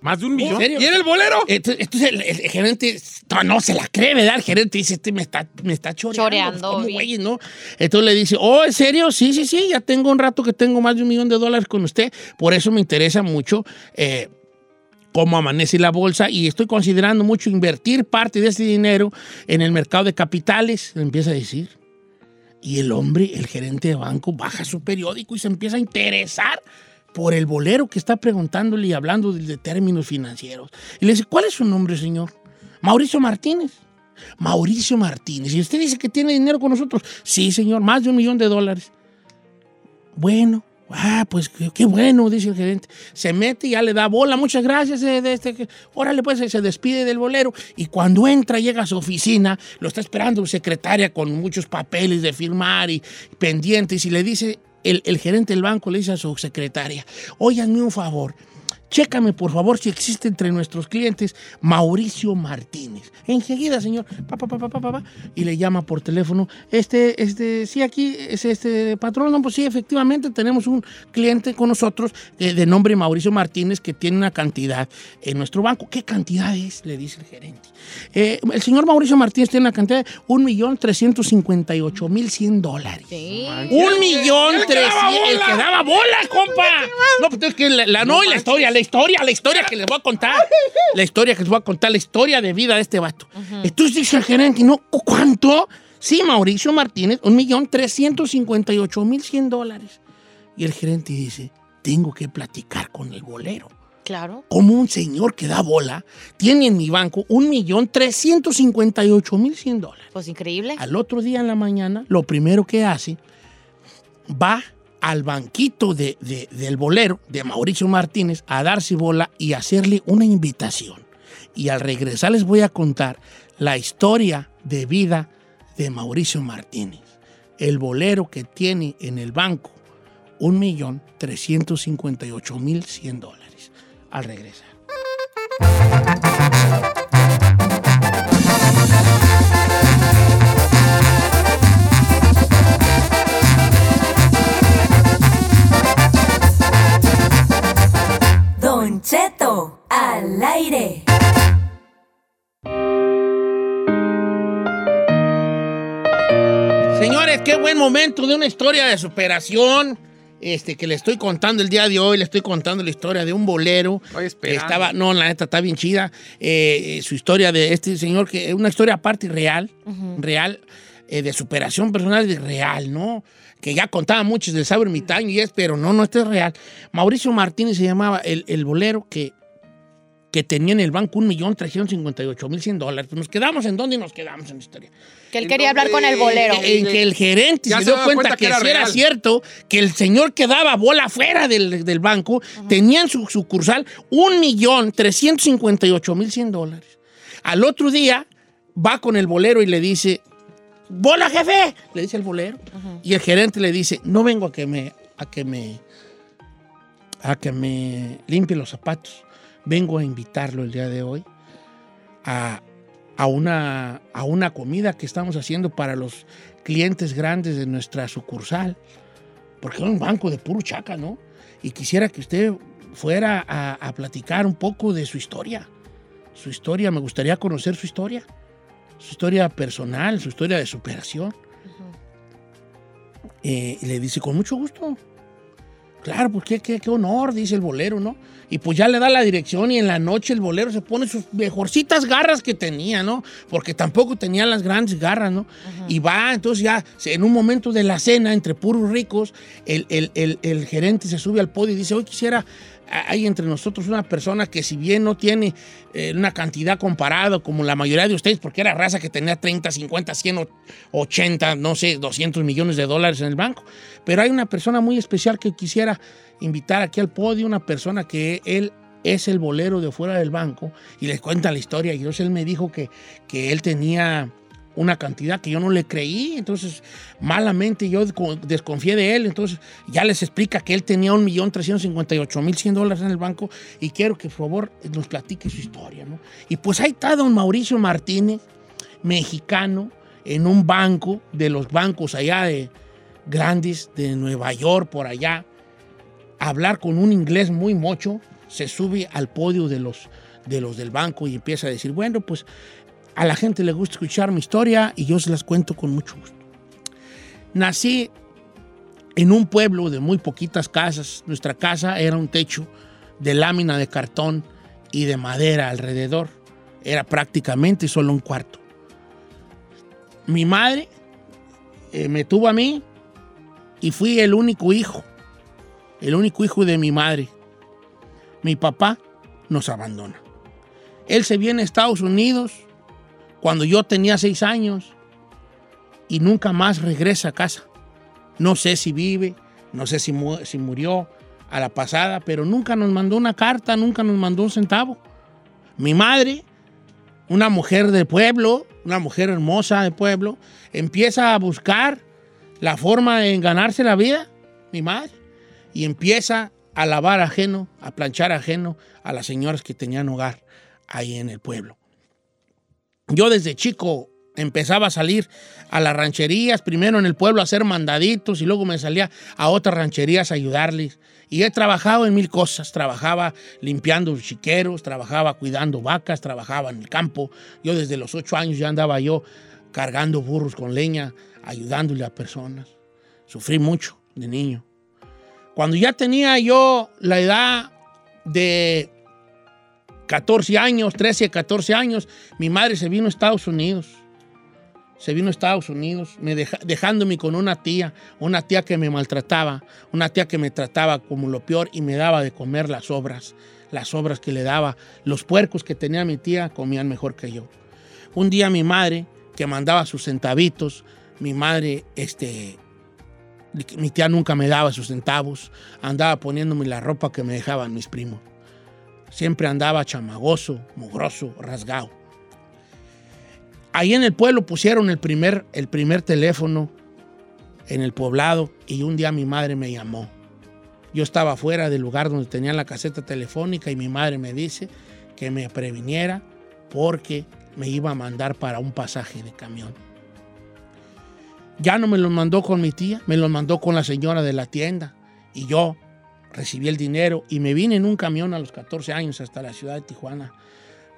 Speaker 4: Más de un
Speaker 1: ¿En
Speaker 4: millón.
Speaker 1: serio?
Speaker 3: ¿Y era el bolero?
Speaker 1: Entonces, entonces el, el- el gerente no, no se la cree, ¿verdad? El gerente dice, este me está, me está choreando.
Speaker 2: Choreando,
Speaker 1: ¿Cómo,
Speaker 2: bien.
Speaker 1: güey, no? Entonces le dice, oh, ¿en serio? Sí, sí, sí, ya tengo un rato que tengo más de un millón de dólares con usted. Por eso me interesa mucho eh, cómo amanece la bolsa y estoy considerando mucho invertir parte de ese dinero en el mercado de capitales, le empieza a decir. Y el hombre, el gerente de banco, baja su periódico y se empieza a interesar por el bolero que está preguntándole y hablando de, de términos financieros. Y le dice, ¿cuál es su nombre, señor? Mauricio Martínez. Mauricio Martínez. Y usted dice que tiene dinero con nosotros. Sí, señor, más de un millón de dólares. Bueno, ah, pues qué, qué bueno, dice el gerente. Se mete y ya le da bola. Muchas gracias. eh, de este, que- órale, pues se despide del bolero. Y cuando entra, llega a su oficina, lo está esperando su secretaria con muchos papeles de firmar y pendientes. Y le dice, el, el gerente del banco le dice a su secretaria, óyanme un favor. Chécame, por favor, si existe entre nuestros clientes Mauricio Martínez. Enseguida, señor. Pa, pa, pa, pa, pa, pa, pa. y le llama por teléfono. Este, este, sí, aquí es este patrón. No, pues sí, efectivamente tenemos un cliente con nosotros eh, de nombre Mauricio Martínez que tiene una cantidad en nuestro banco. ¿Qué cantidad es? Le dice el gerente. Eh, el señor Mauricio Martínez tiene una cantidad de 1.358.100 dólares.
Speaker 2: Sí.
Speaker 1: Un millón
Speaker 3: el que
Speaker 1: tres.
Speaker 3: daba
Speaker 1: El
Speaker 3: bola.
Speaker 1: que daba bola, compa. No, pues es que la, la- no, y la historia, la historia, la historia que les voy a contar. La historia que les voy a contar, la historia de vida de este vato. Entonces dice el gerente, ¿no? ¿Cu- ¿Cuánto? Sí, Mauricio Martínez, un millón trescientos cincuenta y ocho mil cien dólares. Y el gerente dice, tengo que platicar con el bolero
Speaker 2: Claro.
Speaker 1: como un señor que da bola tiene en mi banco un millón trescientos cincuenta y ocho mil cien dólares.
Speaker 2: Pues increíble.
Speaker 1: Al otro día en la mañana, lo primero que hace, va al banquito de- de- del bolero de Mauricio Martínez a darse bola y hacerle una invitación. Y al regresar les voy a contar la historia de vida de Mauricio Martínez, el bolero que tiene en el banco 1.358.100 dólares. Al regresar.
Speaker 5: Don Cheto al aire.
Speaker 1: Señores, qué buen momento de una historia de superación. Este, que le estoy contando el día de hoy, le estoy contando la historia de un bolero.
Speaker 3: Estoy
Speaker 1: que
Speaker 3: esperando.
Speaker 1: estaba, no, la neta, está bien chida. Eh, eh, su historia de este señor, que es una historia aparte real, real, eh, de superación personal de real, ¿no? Que ya contaba muchos del sabio ermitaño y es, pero no, no, este es real. Mauricio Martínez se llamaba el, el bolero que, que tenía en el banco 1.358.100 dólares. Pues Nos quedamos en dónde nos quedamos en la historia.
Speaker 2: Que él quería hablar con el bolero.
Speaker 3: Entonces,
Speaker 1: En que el gerente
Speaker 3: Ya
Speaker 1: se
Speaker 3: se
Speaker 1: dio
Speaker 3: daba
Speaker 1: cuenta,
Speaker 3: cuenta
Speaker 1: que,
Speaker 3: que era
Speaker 1: sí era
Speaker 3: real.
Speaker 1: cierto, que el señor que daba bola fuera del, del banco tenía en su sucursal un millón trescientos cincuenta y ocho mil cien dólares. Al otro día va con el bolero y le dice, ¡Bola, jefe! Le dice el bolero. Y el gerente le dice, no vengo a que me, a que me, a que me limpie los zapatos. Vengo a invitarlo el día de hoy a, a una, a una comida que estamos haciendo para los clientes grandes de nuestra sucursal, porque es un banco de puro chaca, ¿no? Y quisiera que usted fuera a, a platicar un poco de su historia. Su historia, me gustaría conocer su historia. Su historia personal, su historia de superación. Eh, y le dice, con mucho gusto. Claro, pues qué, qué- qué honor, dice el bolero, ¿no? Y pues ya le da la dirección y en la noche el bolero se pone sus mejorcitas garras que tenía, ¿no? Porque tampoco tenía las grandes garras, ¿no? Y va, entonces ya se- en un momento de la cena entre puros ricos, el, el- el- el gerente se sube al podio y dice, hoy quisiera, a- hay entre nosotros una persona que si bien no tiene eh, una cantidad comparada como la mayoría de ustedes, porque era raza que tenía 30, 50, 100, o 80, no sé, 200 millones de dólares en el banco, pero hay una persona muy especial que quisiera invitar aquí al podio, una persona que él es el bolero de fuera del banco y les cuenta la historia. Y entonces él me dijo que, que él tenía una cantidad que yo no le creí, entonces malamente yo desco- desconfié de él, entonces ya les explica que él tenía un millón trescientos cincuenta y ocho mil cien dólares en el banco y quiero que por favor nos platique su historia, ¿no? Y pues ahí está don Mauricio Martínez, mexicano, en un banco de los bancos allá de grandes de Nueva York, por allá, hablar con un inglés muy mocho, se sube al podio de los, de los del banco y empieza a decir, bueno, pues a la gente le gusta escuchar mi historia y yo se las cuento con mucho gusto. Nací en un pueblo de muy poquitas casas. Nuestra casa era un techo de lámina de cartón y de madera alrededor. Era prácticamente solo un cuarto. Mi madre eh, me tuvo a mí y fui el único hijo, el único hijo de mi madre. Mi papá nos abandona. Él se viene a Estados Unidos cuando yo tenía seis años y nunca más regresa a casa. No sé si vive, no sé si, mu- si murió a la pasada, pero nunca nos mandó una carta, nunca nos mandó un centavo. Mi madre, una mujer de pueblo, una mujer hermosa de pueblo, empieza a buscar la forma de ganarse la vida, mi madre, y empieza a lavar ajeno, a planchar ajeno a las señoras que tenían hogar ahí en el pueblo. Yo desde chico empezaba a salir a las rancherías, primero en el pueblo a hacer mandaditos y luego me salía a otras rancherías a ayudarles. Y he trabajado en mil cosas. Trabajaba limpiando chiqueros, trabajaba cuidando vacas, trabajaba en el campo. Yo desde los ocho años ya andaba yo cargando burros con leña, ayudándole a personas. Sufrí mucho de niño. Cuando ya tenía yo la edad de 14 años, 13, 14 años, mi madre se vino a Estados Unidos. Se vino a Estados Unidos, me deja- dejándome con una tía, una tía que me maltrataba, una tía que me trataba como lo peor y me daba de comer las obras, las obras que le daba. Los puercos que tenía mi tía comían mejor que yo. Un día mi madre, que mandaba sus centavitos, mi madre, este, mi tía nunca me daba sus centavos, andaba poniéndome la ropa que me dejaban mis primos. Siempre andaba chamagoso, mugroso, rasgado. Ahí en el pueblo pusieron el primer, el primer teléfono en el poblado y un día mi madre me llamó. Yo estaba fuera del lugar donde tenían la caseta telefónica y mi madre me dice que me previniera porque me iba a mandar para un pasaje de camión. Ya no me los mandó con mi tía, me los mandó con la señora de la tienda y yo recibí el dinero y me vine en un camión a los 14 años hasta la ciudad de Tijuana,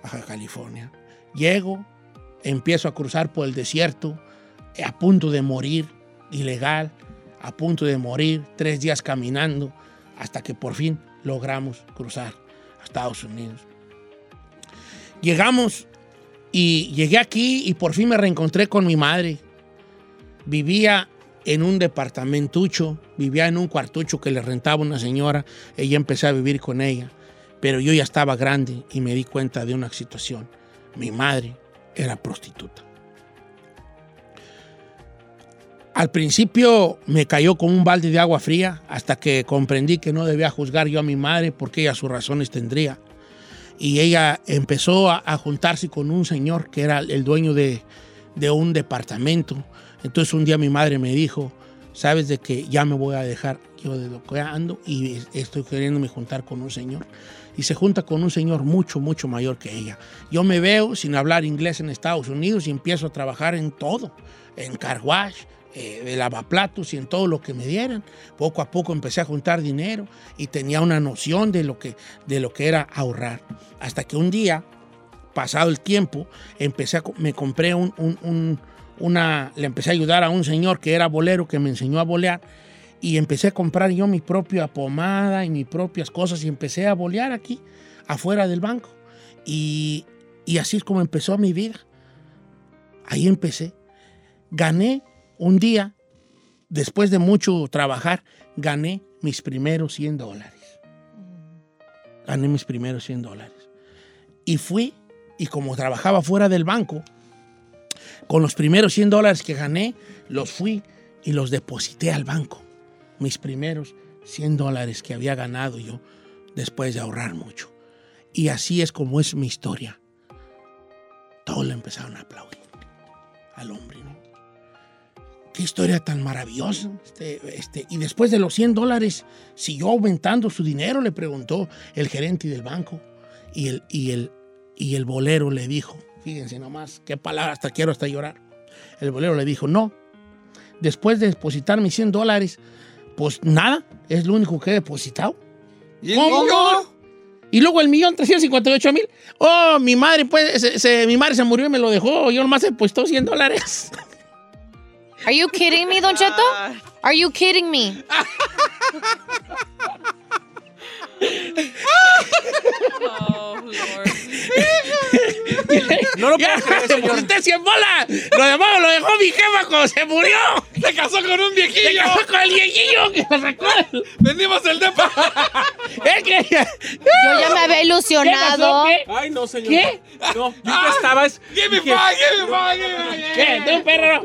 Speaker 1: Baja California. Llego, empiezo a cruzar por el desierto, a punto de morir, ilegal, a punto de morir, tres días caminando, hasta que por fin logramos cruzar a Estados Unidos. Llegamos y llegué aquí y por fin me reencontré con mi madre. Vivía en un departamentucho, vivía en un cuartucho que le rentaba una señora, ella empecé a vivir con ella, pero yo ya estaba grande y me di cuenta de una situación. Mi madre era prostituta. Al principio me cayó como un balde de agua fría hasta que comprendí que no debía juzgar yo a mi madre porque ella sus razones tendría. Y ella empezó a, a juntarse con un señor que era el dueño de, de un departamento. Entonces un día mi madre me dijo, sabes de que ya me voy a dejar yo de lo que ando y es- estoy queriéndome juntar con un señor. Y se junta con un señor mucho, mucho mayor que ella. Yo me veo sin hablar inglés en Estados Unidos y empiezo a trabajar en todo, en carwash, eh, de lavaplatos y en todo lo que me dieran. Poco a poco empecé a juntar dinero y tenía una noción de lo que, de lo que era ahorrar. Hasta que un día pasado el tiempo, empecé a co- me compré un, un- un- una, le empecé a ayudar a un señor que era bolero, que me enseñó a bolear, y empecé a comprar yo mi propia pomada y mis propias cosas, y empecé a bolear aquí, afuera del banco. Y, y así es como empezó mi vida. Ahí empecé. Gané un día, después de mucho trabajar, gané mis primeros 100 dólares. Gané mis primeros 100 dólares. Y fui, y como trabajaba fuera del banco, con los primeros 100 dólares que gané, los fui y los deposité al banco. Mis primeros 100 dólares que había ganado yo después de ahorrar mucho. Y así es como es mi historia. Todos le empezaron a aplaudir al hombre, ¿no? Qué historia tan maravillosa. Este, este, y después de los 100 dólares, ¿siguió aumentando su dinero? Le preguntó el gerente del banco. Y el, y el, y el bolero le dijo, fíjense nomás, qué palabra, hasta quiero hasta llorar. El bolero le dijo, no, después de depositar mis 100 dólares, pues nada, es lo único que he depositado.
Speaker 3: ¿Y el
Speaker 1: ¿Cómo?
Speaker 3: niño?
Speaker 1: Y luego el millón trescientos cincuenta y ocho mil. Oh, mi madre, pues, se- se- mi madre se murió y me lo dejó. Yo nomás he puesto 100 dólares.
Speaker 2: Are you kidding me,
Speaker 1: Ah.
Speaker 2: Don Cheto? Are you kidding me?
Speaker 7: Oh, Lord.
Speaker 4: <laughs> Este, No lo
Speaker 1: ¡Ya!
Speaker 4: puedo creer,
Speaker 1: ¡Te
Speaker 4: señor.
Speaker 1: pusiste 100 bolas! ¡Lo demás lo dejó mi jefa cuando se
Speaker 4: <laughs>
Speaker 1: murió!
Speaker 3: ¡Se casó con un viejillo!
Speaker 1: ¡Se casó con el viejillo que la sacó! <laughs>
Speaker 3: ¡Vendimos el depa! <laughs>
Speaker 1: ¡Es que! <laughs>
Speaker 2: Yo ya me había
Speaker 1: ¿Qué pasó?
Speaker 2: ilusionado.
Speaker 1: ¿Qué?
Speaker 4: Ay, no, señor.
Speaker 1: ¿Qué?
Speaker 4: No, yo ya estaba. es-
Speaker 3: ¡Give me
Speaker 4: dije,
Speaker 3: five! ¡Give me five! give me five.
Speaker 1: ¿Qué? ¿De un perro?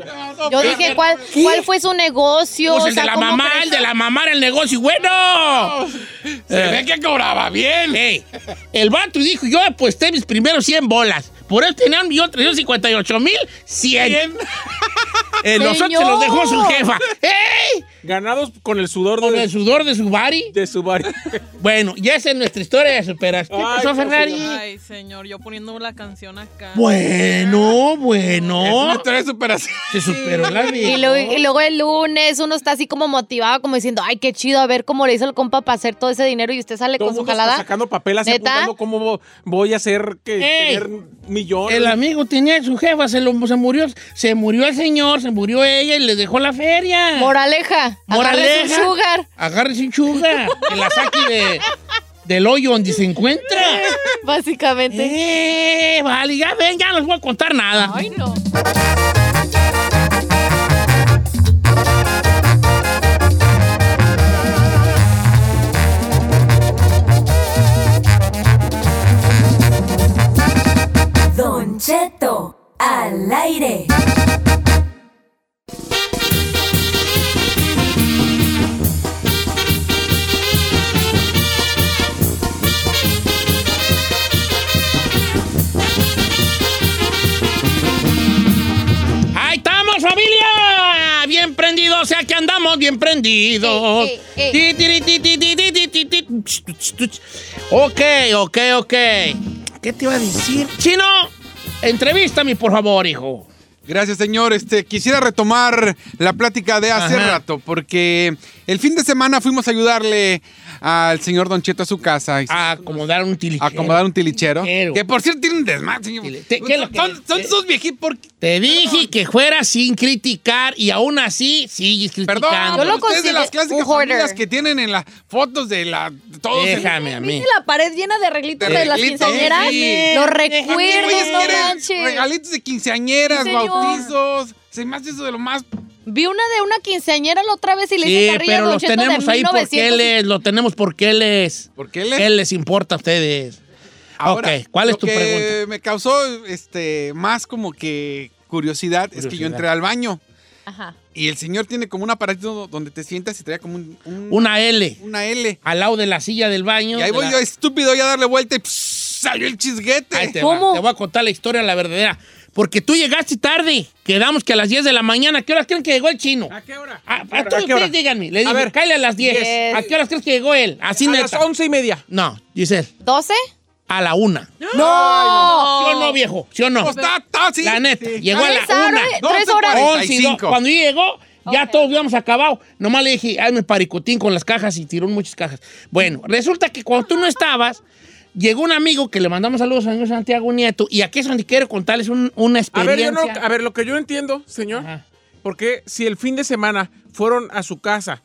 Speaker 2: Yo dije, ¿cuál, cuál fue su negocio?
Speaker 1: Pues
Speaker 2: O
Speaker 1: el
Speaker 2: sea,
Speaker 1: de la
Speaker 2: ¿cómo
Speaker 1: mamá,
Speaker 2: creció?
Speaker 1: el de la mamá era el negocio. y Bueno,
Speaker 4: <laughs>
Speaker 3: eh. Se ve que cobraba bien.
Speaker 1: Ey, el vato dijo, yo aposté mis primeros 100 bolas. Por eso tenía 1.358.100. Eh, los otros se los dejó su
Speaker 2: Señor.
Speaker 1: jefa. ¡Ey!
Speaker 4: Ganados con el sudor
Speaker 1: Con
Speaker 4: de,
Speaker 1: el sudor de su bari.
Speaker 4: de
Speaker 1: <laughs>
Speaker 4: su bar.
Speaker 1: Bueno, ya esa es nuestra historia de superación. ¿Qué
Speaker 4: Ay,
Speaker 1: pasó,
Speaker 4: por
Speaker 1: Ferrari?
Speaker 7: Ay, señor, yo poniendo la canción acá.
Speaker 1: Bueno,
Speaker 3: Es una
Speaker 1: bueno.
Speaker 3: historia de superación.
Speaker 1: Se superó la vida.
Speaker 2: Y, luego- y luego el lunes uno está así como motivado, como diciendo, ay, qué chido, a ver cómo le hizo el compa para hacer todo ese dinero y usted sale
Speaker 4: Todo
Speaker 2: con
Speaker 4: el
Speaker 2: su
Speaker 4: mundo está
Speaker 2: jalada.
Speaker 4: sacando papel así
Speaker 2: ¿Neta?
Speaker 4: apuntando cómo vo- voy a hacer que
Speaker 1: Ey.
Speaker 4: tener millones.
Speaker 1: El amigo tenía su jefa, se, lo- se murió, se murió el señor, se murió ella y le dejó la feria.
Speaker 2: Moraleja, agarre su sugar.
Speaker 1: <laughs> Agarre sin sugar. Que la saque de, del hoyo donde se
Speaker 2: <laughs>
Speaker 1: encuentra.
Speaker 2: Básicamente.
Speaker 1: Eh, vale, ya ven, ya no les voy a contar nada.
Speaker 7: Ay, no.
Speaker 5: Don Cheto al aire.
Speaker 1: ¡Ahí estamos, familia! Bien prendidos, o sea que andamos bien prendidos.
Speaker 2: Eh, eh, eh.
Speaker 1: Ti, ti, ti, ti, ti, ti, ti, ti, ti. Ch, ch, ch, ch. Ok, ok, ok. ¿Qué te iba a decir? Chino, entrevístame, por favor, hijo.
Speaker 3: Gracias, señor. Este, quisiera retomar la plática de hace
Speaker 1: Ajá.
Speaker 3: rato, porque el fin de semana fuimos a ayudarle al señor Don Cheto a su casa. y-
Speaker 1: A acomodar un tilichero.
Speaker 3: a acomodar un Ah, tilichero.
Speaker 1: Tilichero.
Speaker 3: Que por cierto tiene un desmadre, señor.
Speaker 1: Tili- ¿Qué- qué es lo que-
Speaker 3: son son
Speaker 1: qué-
Speaker 3: esos viejitos. ¿por qué?
Speaker 1: Te dije que fuera sin criticar y aún así sigues
Speaker 3: Perdón,
Speaker 1: criticando.
Speaker 2: Yo
Speaker 3: pero
Speaker 2: lo
Speaker 3: ustedes de
Speaker 2: considero
Speaker 3: las clásicas
Speaker 2: un hoarder.
Speaker 3: familias que tienen en las fotos de la. Todos en-
Speaker 1: Déjame a mí.
Speaker 2: ¿Viste la pared llena de reglitos
Speaker 3: De
Speaker 2: de, las
Speaker 3: reglitos,
Speaker 2: quinceañeras?
Speaker 1: sí. Eh,
Speaker 2: Los
Speaker 1: Déjame,
Speaker 3: Oye,
Speaker 2: recuerdos,
Speaker 3: es
Speaker 2: no
Speaker 3: que eres
Speaker 2: manches.
Speaker 3: Regalitos de quinceañeras,
Speaker 2: Sí, señor.
Speaker 3: bautizos. Se me hace eso de lo más.
Speaker 2: Vi una de una quinceañera la otra vez y le hice
Speaker 1: Sí,
Speaker 2: carrilla a
Speaker 1: pero
Speaker 2: Don
Speaker 1: los
Speaker 2: Cheto
Speaker 1: tenemos
Speaker 2: de
Speaker 1: ahí porque
Speaker 2: 1900.
Speaker 1: les, lo tenemos porque les.
Speaker 3: ¿Por qué
Speaker 1: ¿Qué les importa a ustedes? ok, ¿cuál es
Speaker 3: lo
Speaker 1: tu
Speaker 3: que
Speaker 1: pregunta?
Speaker 3: Me causó este, más como que curiosidad, es que yo
Speaker 1: Curiosidad.
Speaker 3: entré al baño
Speaker 2: Ajá.
Speaker 3: y el señor tiene como un aparatito donde te sientas y trae como un- un-
Speaker 1: Una L
Speaker 3: una L.
Speaker 1: al lado de la silla del baño.
Speaker 3: Y ahí
Speaker 1: de
Speaker 3: voy
Speaker 1: la-
Speaker 3: yo este. estúpido y a darle vuelta y pss, salió el chisguete.
Speaker 1: Ahí te
Speaker 2: ¿Cómo?
Speaker 1: va, Te voy a contar la historia, la verdadera. Porque tú llegaste tarde. Quedamos que a las 10 de la mañana. ¿Qué horas creen que llegó el chino?
Speaker 4: ¿A qué hora?
Speaker 1: A, a
Speaker 4: ¿A
Speaker 1: todos
Speaker 4: qué hora?
Speaker 1: ustedes Ah, díganme. Le dije,
Speaker 4: ver.
Speaker 1: cállale a las 10.
Speaker 2: Diez.
Speaker 1: ¿A qué horas crees que llegó él? Así
Speaker 4: A
Speaker 1: neta.
Speaker 4: las once y media.
Speaker 1: No, Giselle,
Speaker 2: ¿12?
Speaker 1: a la una.
Speaker 2: ¡No!
Speaker 1: ¿Sí o no, viejo? ¿Sí o no?
Speaker 3: Pues, está- está, sí.
Speaker 1: La neta, llegó a la
Speaker 2: Tres horas,
Speaker 1: una.
Speaker 2: Tres
Speaker 3: Doce
Speaker 2: horas.
Speaker 3: cuarenta.
Speaker 1: 11 y
Speaker 3: 45.
Speaker 1: do- Cuando yo llegó, ya todos habíamos acabado. Nomás le dije, ay, me paricotín con las cajas y tiró muchas cajas. Bueno, resulta que cuando tú no estabas, llegó un amigo que le mandamos saludos a señor Santiago Nieto y aquí es donde quiero contarles un- una
Speaker 4: A ver, yo
Speaker 1: experiencia.
Speaker 4: no- a ver, lo que yo entiendo, señor,
Speaker 1: Ajá.
Speaker 4: porque si el fin de semana fueron a su casa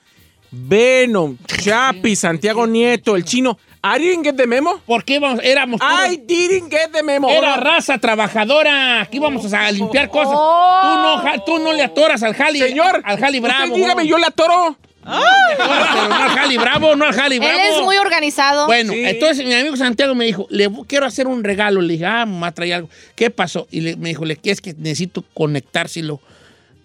Speaker 4: Venom, Chapi, Santiago Nieto, el chino, ¿I didn't get the memo?
Speaker 1: ¿Por qué vamos? Éramos puros-
Speaker 4: I didn't get the memo.
Speaker 1: Era raza trabajadora. Aquí vamos
Speaker 4: Oh.
Speaker 1: a limpiar cosas. Tú, no, ja- tú no le atoras al Jali.
Speaker 4: Señor,
Speaker 1: al Jali
Speaker 4: usted
Speaker 1: Bravo.
Speaker 4: dígame, yo la toro.
Speaker 1: Pero no al Jali Bravo, no al Jali Bravo.
Speaker 2: Él es muy organizado.
Speaker 1: Bueno,
Speaker 4: Sí.
Speaker 1: entonces mi amigo Santiago me dijo, le bu- quiero hacer un regalo. Le dije, ah, mamá, trae algo. ¿Qué pasó? Y le- me dijo, le es que necesito conectárselo.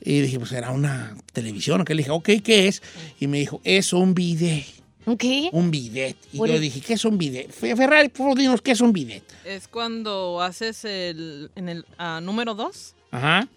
Speaker 1: Y dije, pues era una televisión. Que le dije, ok, ¿qué es? Y me dijo, es un bidet.
Speaker 2: ¿Qué?
Speaker 1: Un bidet. Y
Speaker 2: Uri.
Speaker 1: yo dije, ¿qué es un bidet? Fe- Ferrari, por favor, dinos, ¿qué es un bidet?
Speaker 7: Es cuando haces el, en el ah, número 2
Speaker 1: Ajá.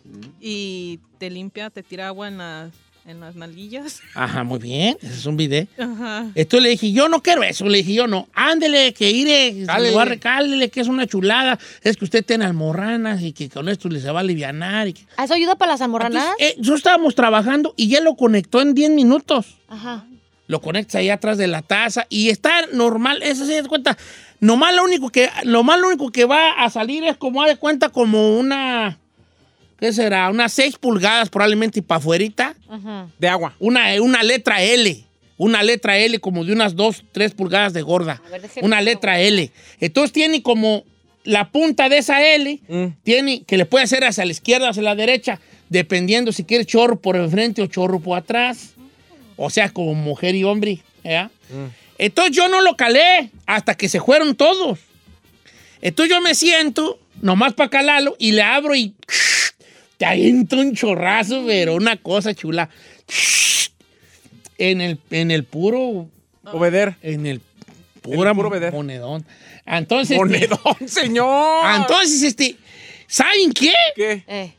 Speaker 7: y te limpia, te tira agua en las, en las nalguillas.
Speaker 1: Ajá, muy bien. Ese es un bidet.
Speaker 7: Ajá.
Speaker 1: Entonces le dije, yo no quiero eso. Le dije, yo no. Ándele, que iré.
Speaker 3: Cálele.
Speaker 1: Cálele. que es una chulada. Es que usted tiene almorranas y que con esto le se va a alivianar. Y que...
Speaker 2: ¿Ah, ¿Eso ayuda para las almorranadas?
Speaker 1: Entonces, eh, nosotros estábamos trabajando y ya lo conectó en 10 minutos.
Speaker 2: Ajá.
Speaker 1: Lo conectas ahí atrás de la taza y está normal. Eso se da cuenta. Nomás lo único que, lo más lo único que va a salir es como, haz de cuenta, como una. ¿Qué será? Unas 6 pulgadas probablemente para afuerita.
Speaker 2: Ajá.
Speaker 4: De agua.
Speaker 1: Una, una letra L. una letra L como de unas 2, 3 pulgadas de gorda.
Speaker 2: A ver, déjeme
Speaker 1: una
Speaker 2: ver.
Speaker 1: letra L. Entonces tiene como la punta de esa L, tiene que le puede hacer hacia la izquierda, hacia la derecha, dependiendo si quiere chorro por enfrente o chorro por atrás. O sea, como mujer y hombre. ¿ya? Entonces yo no lo calé hasta que se fueron todos. Entonces yo me siento, nomás para calarlo, y le abro y te aviento un chorrazo, pero una cosa chula. En el, en el puro,
Speaker 4: Obeder.
Speaker 1: en el pura
Speaker 4: En el puro veder.
Speaker 1: monedón. Entonces, este,
Speaker 3: <laughs>
Speaker 4: Monedón, señor.
Speaker 1: entonces, este, ¿saben qué?
Speaker 4: ¿Qué?
Speaker 2: Eh.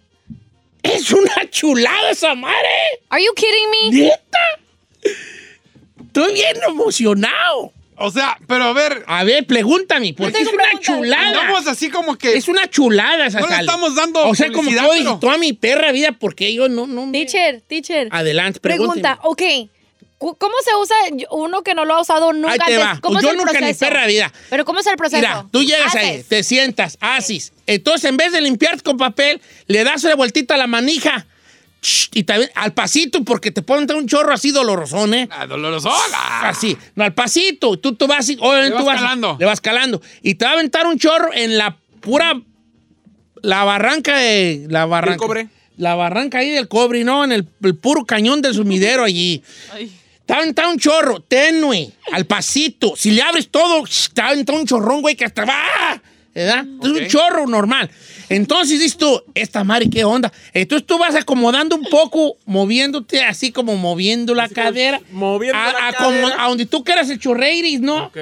Speaker 1: Es una chulada esa madre.
Speaker 2: Are you kidding me?
Speaker 1: ¡Neta! Estoy bien emocionado.
Speaker 3: O sea, pero a ver,
Speaker 1: A ver, pregúntame, porque es
Speaker 2: tengo
Speaker 1: una
Speaker 2: preguntas.
Speaker 1: chulada.
Speaker 3: andamos así como que.
Speaker 1: Ah, Es una chulada esa
Speaker 3: No le
Speaker 1: sal.
Speaker 3: estamos dando
Speaker 1: O sea, como que
Speaker 3: publicidad,
Speaker 1: yo
Speaker 3: pero-
Speaker 1: dije, toda mi perra vida, porque yo no, no me-
Speaker 2: Teacher, teacher.
Speaker 1: Adelante,
Speaker 2: Pregunta, ok. cu- ¿Cómo se usa yo- uno que no lo ha usado nunca
Speaker 1: Ahí te
Speaker 2: antes?
Speaker 1: va.
Speaker 2: ¿Cómo
Speaker 1: Yo
Speaker 2: es el
Speaker 1: nunca en mi
Speaker 2: proceso?
Speaker 1: perra vida.
Speaker 2: Pero ¿cómo es el proceso?
Speaker 1: Mira, tú llegas
Speaker 2: Haces.
Speaker 1: ahí, te sientas, haces. Entonces, en vez de limpiarte con papel, le das una vueltita a la manija. Ch, Y también al pasito, porque te ponen un chorro así dolorosón, ¿eh?
Speaker 3: Ah, dolorosola.
Speaker 1: Así, no, al pasito. Tú, tú vas, y- obviamente
Speaker 3: Le vas
Speaker 1: tú vas-
Speaker 3: calando.
Speaker 1: Le vas calando. Y te va a aventar un chorro en la pura, la barranca de, la barranca.
Speaker 4: cobre?
Speaker 1: La barranca ahí del cobre, ¿no? En el, el puro cañón del sumidero allí.
Speaker 7: Ay,
Speaker 1: Te aventa un chorro, tenue, al pasito. Si le abres todo, te aventa un chorrón, güey, que hasta va. ¿Verdad? Es un chorro normal. Entonces dices tú, esta madre, ¿qué onda? Entonces tú vas acomodando un poco, moviéndote así como moviendo la cadera.
Speaker 4: moviendo
Speaker 1: a,
Speaker 4: la
Speaker 1: a como-
Speaker 4: cadera.
Speaker 1: a donde tú quieras el chorreiris, ¿no?
Speaker 4: Ok.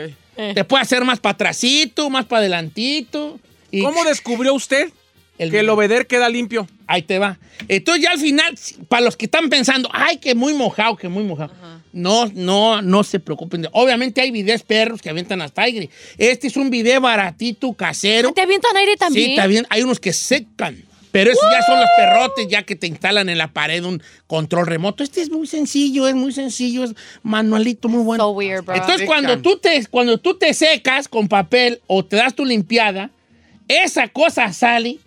Speaker 1: Te puede hacer más para atrásito, más para adelantito. Y
Speaker 4: ¿Cómo descubrió usted
Speaker 1: El-
Speaker 4: que el obeder queda limpio?
Speaker 1: Ahí te va. Entonces ya al final, si- para los que están pensando, ay, que muy mojado, que muy mojado. No, no, no se preocupen. Obviamente hay videos perros que avientan hasta aire. Este es un video baratito, casero.
Speaker 2: Ah, ¿Te avientan aire también?
Speaker 1: Sí, también hay unos que secan. Pero esos ya son los perrotes, ya que te instalan en la pared un control remoto. Este es muy sencillo, es muy sencillo, es manualito, muy bueno.
Speaker 2: So weird, bro.
Speaker 1: Entonces,
Speaker 3: Secan.
Speaker 1: cuando tú, te, cuando tú te secas con papel o te das tu limpiada, esa cosa sale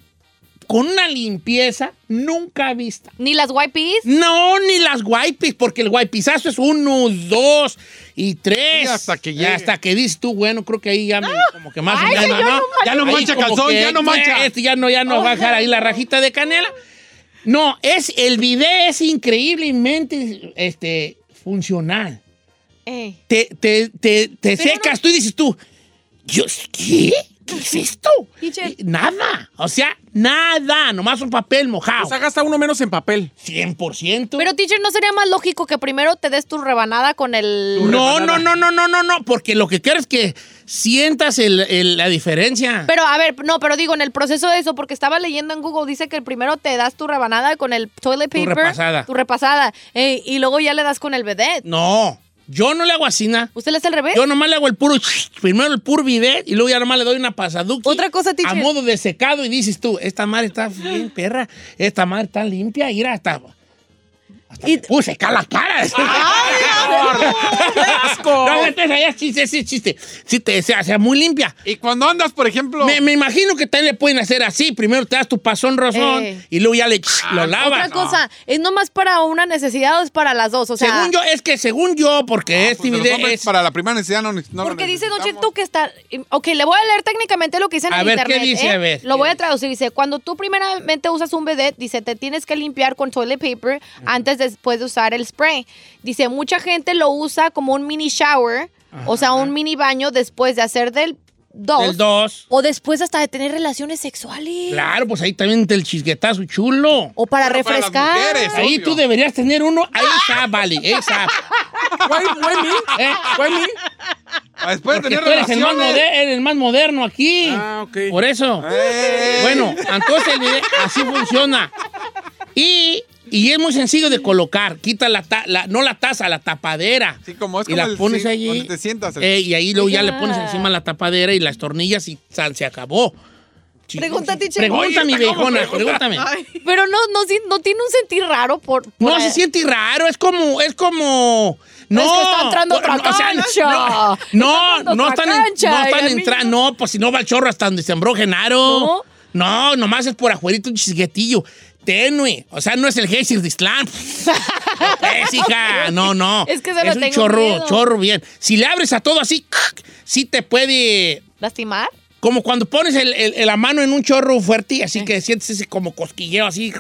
Speaker 1: con una limpieza nunca vista.
Speaker 2: ¿Ni las YPs?
Speaker 1: No, ni las wipes, porque el wipizazo es uno, dos y tres.
Speaker 3: Y hasta que llegue.
Speaker 1: Hasta que dices tú, bueno, creo que ahí ya me- como que más o
Speaker 2: Ay,
Speaker 1: menos,
Speaker 2: señor, no
Speaker 3: Ya no
Speaker 1: Ahí
Speaker 3: mancha
Speaker 1: como
Speaker 3: calzón,
Speaker 1: que,
Speaker 3: ya no mancha.
Speaker 1: este ya no, ya no va a dejar ahí la rajita de canela. No, es, el video es increíblemente este, funcional.
Speaker 2: Ey.
Speaker 1: Te, te, te, te
Speaker 2: Pero
Speaker 1: secas tú y dices tú, Dios, ¿qué? ¿Qué es esto?
Speaker 2: Teacher.
Speaker 1: Nada. O sea, nada. Nomás un papel mojado.
Speaker 4: O sea, gasta uno menos en
Speaker 1: <laughs>
Speaker 4: papel.
Speaker 1: 100%.
Speaker 2: Pero, teacher, ¿no sería más lógico que primero te des tu rebanada con el...
Speaker 1: No, no, no, no, no, no, no, porque lo que quiero es que sientas el- el- la diferencia.
Speaker 2: Pero, a ver, no, pero digo, en el proceso de eso, porque estaba leyendo en Google, dice que primero te das tu rebanada con el toilet
Speaker 1: Tu
Speaker 2: paper.
Speaker 1: repasada.
Speaker 2: Tu repasada. Ey, y luego ya le das con el vedette.
Speaker 1: no, yo no le hago así, na.
Speaker 2: ¿Usted le hace al revés?
Speaker 1: Yo nomás le hago el puro, primero el puro bidet y luego ya nomás le doy una pasaduca.
Speaker 2: Otra cosa, teacher.
Speaker 1: A modo de secado y dices tú, esta madre está bien, perra, esta madre está limpia, ir hasta... hasta y... Puse acá la cara. <laughs>
Speaker 4: ¡Qué asco!
Speaker 1: no, entonces allá sí, sí, sí, chiste. Sí, te sea, sea muy limpia.
Speaker 3: Y cuando andas, por ejemplo. Ah,
Speaker 1: Me, me imagino que también le pueden hacer así. Primero te das tu pasón rosón
Speaker 2: Ey.
Speaker 1: y luego ya le
Speaker 3: Ah,
Speaker 1: lo lavas.
Speaker 2: Eh. Otra cosa, ¿es nomás para una necesidad o es para las dos? O sea,
Speaker 1: según yo, es que según yo, porque
Speaker 3: Ah, pues
Speaker 1: este
Speaker 3: de los
Speaker 1: video
Speaker 3: hombres
Speaker 1: es...
Speaker 3: Para la primera necesidad no, ne- no lo
Speaker 2: Porque dice Don
Speaker 3: necesitamos.
Speaker 2: Cheto que está... Ok, le voy a leer técnicamente lo que dice en
Speaker 1: A
Speaker 2: el
Speaker 1: ver, ¿qué
Speaker 2: internet.
Speaker 1: dice?
Speaker 2: ¿eh?
Speaker 1: A ver.
Speaker 2: Lo voy a traducir. Dice, cuando tú primeramente usas un bidet, dice, te tienes que limpiar con toilet paper antes después de usar el spray. Dice, mucha gente lo usa como un mini shower, o sea, un mini baño después de hacer del dos.
Speaker 1: El 2.
Speaker 2: O después hasta de tener relaciones sexuales.
Speaker 1: Claro, pues ahí también el chisguetazo chulo.
Speaker 2: O para
Speaker 3: Pero para las
Speaker 2: refrescar.
Speaker 3: mujeres.
Speaker 1: Ahí
Speaker 3: obvio. Ah.
Speaker 1: tú deberías tener uno. Ahí está, vale. Esa.
Speaker 4: Güey, güey, mi.
Speaker 1: ¿eh?
Speaker 4: Güey, mi.
Speaker 3: Ah, Después
Speaker 1: Porque
Speaker 3: de <laughs> tener
Speaker 1: tú eres el más,
Speaker 3: relaciones.
Speaker 1: moder- eres el más moderno aquí.
Speaker 4: Ah, ok.
Speaker 1: Por eso.
Speaker 3: Eh.
Speaker 1: Bueno, entonces el video así funciona. Y, y es muy sencillo de colocar. Quita la, ta- la- no la taza, la tapadera.
Speaker 3: Sí, como es
Speaker 1: y
Speaker 3: como
Speaker 1: la
Speaker 3: el-
Speaker 1: pones
Speaker 3: sí,
Speaker 1: allí.
Speaker 3: donde te sientas.
Speaker 1: Eh, y ahí luego ya le pones
Speaker 2: Ya.
Speaker 1: encima la tapadera y las tornillas y sal, se acabó. Sí,
Speaker 2: Pregunta,
Speaker 1: sí.
Speaker 2: teacher.
Speaker 1: Pregunta,
Speaker 2: Oye,
Speaker 1: mi
Speaker 2: ¿cómo
Speaker 1: viejona, pregúntame.
Speaker 2: Pero no, no, si- no tiene un sentir raro por...
Speaker 1: No
Speaker 2: por-
Speaker 1: se siente raro, es como, es como. No,
Speaker 2: Pues, Es que está entrando
Speaker 1: por-
Speaker 2: otra
Speaker 1: o sea,
Speaker 2: cancha.
Speaker 1: no,
Speaker 2: <laughs>
Speaker 1: no,
Speaker 2: Está entrando
Speaker 1: no
Speaker 2: otra
Speaker 1: están, en-
Speaker 2: cancha,
Speaker 1: no
Speaker 2: y a
Speaker 1: están
Speaker 2: mí
Speaker 1: entrando,
Speaker 2: no.
Speaker 1: no, pues si no va el chorro hasta donde sembró Genaro.
Speaker 2: ¿No?
Speaker 1: No, nomás es por ajuerito un chisguetillo. tenue. O sea, no es el Geysir de
Speaker 2: <laughs>
Speaker 1: Islam. es, hija. No, no.
Speaker 2: Es que se lo
Speaker 1: un
Speaker 2: tengo
Speaker 1: chorro,
Speaker 2: miedo.
Speaker 1: chorro bien. Si le abres a todo así, <laughs> sí te puede...
Speaker 2: ¿Lastimar?
Speaker 1: Como cuando pones el- el- la mano en un chorro fuerte, así que sientes ese como cosquilleo, así,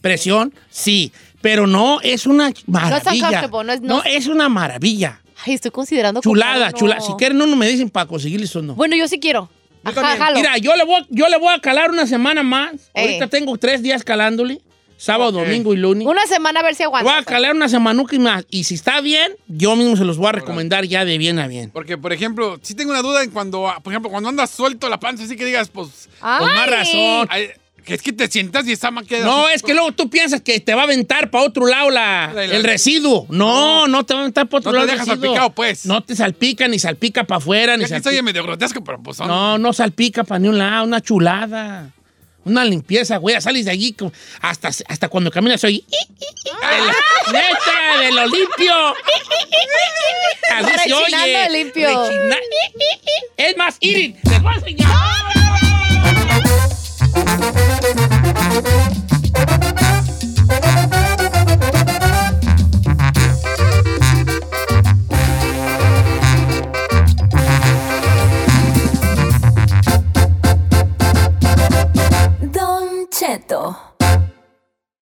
Speaker 1: presión, sí. Pero no, es una maravilla.
Speaker 2: comfortable, no es- no-
Speaker 1: No, es una maravilla.
Speaker 2: Ay, estoy considerando.
Speaker 1: Chulada,
Speaker 2: comprarlo.
Speaker 1: chula. Si quieren, no, no me dicen para conseguirles o no.
Speaker 2: Bueno, yo sí quiero. Ajá, jalo.
Speaker 1: Mira, yo le, voy, a- yo le voy a calar una semana más.
Speaker 2: Eh.
Speaker 1: Ahorita tengo tres días calándole. Sábado, domingo y lunes.
Speaker 2: Una semana a ver si
Speaker 1: Le
Speaker 2: aguanta.
Speaker 1: voy a calar una semanuca y más. Y si está bien, yo mismo se los voy a recomendar ya de bien a bien.
Speaker 3: Porque, por ejemplo, sí tengo una duda en cuando, ah, por ejemplo, cuando andas suelto la panza, así que digas, pues.
Speaker 1: Con más
Speaker 2: Ay.
Speaker 1: razón.
Speaker 3: ay, que es que te sientas y esa ma queda.
Speaker 1: No,
Speaker 3: así,
Speaker 1: es que luego tú piensas que te va a aventar para otro lado la,
Speaker 3: La- la-
Speaker 1: el residuo. No, no te va a aventar para otro
Speaker 3: No te
Speaker 1: lado. el
Speaker 3: dejas
Speaker 1: residuo.
Speaker 3: salpicado, pues.
Speaker 1: No te salpica, ni salpica para afuera,
Speaker 3: Ya
Speaker 1: ni
Speaker 3: que estoy
Speaker 1: salpica.
Speaker 3: medio grotesco, pero pues son.
Speaker 1: No, no salpica para ni un lado, una chulada. Una limpieza, güey. Sales de allí como- hasta, hasta cuando caminas soy. De la- ¡Neta! ¡De lo
Speaker 2: <laughs>
Speaker 1: limpio! Así se
Speaker 2: Rechinando
Speaker 1: oye.
Speaker 2: de limpio.
Speaker 1: Rechina- Es más, Irin, les voy a enseñar.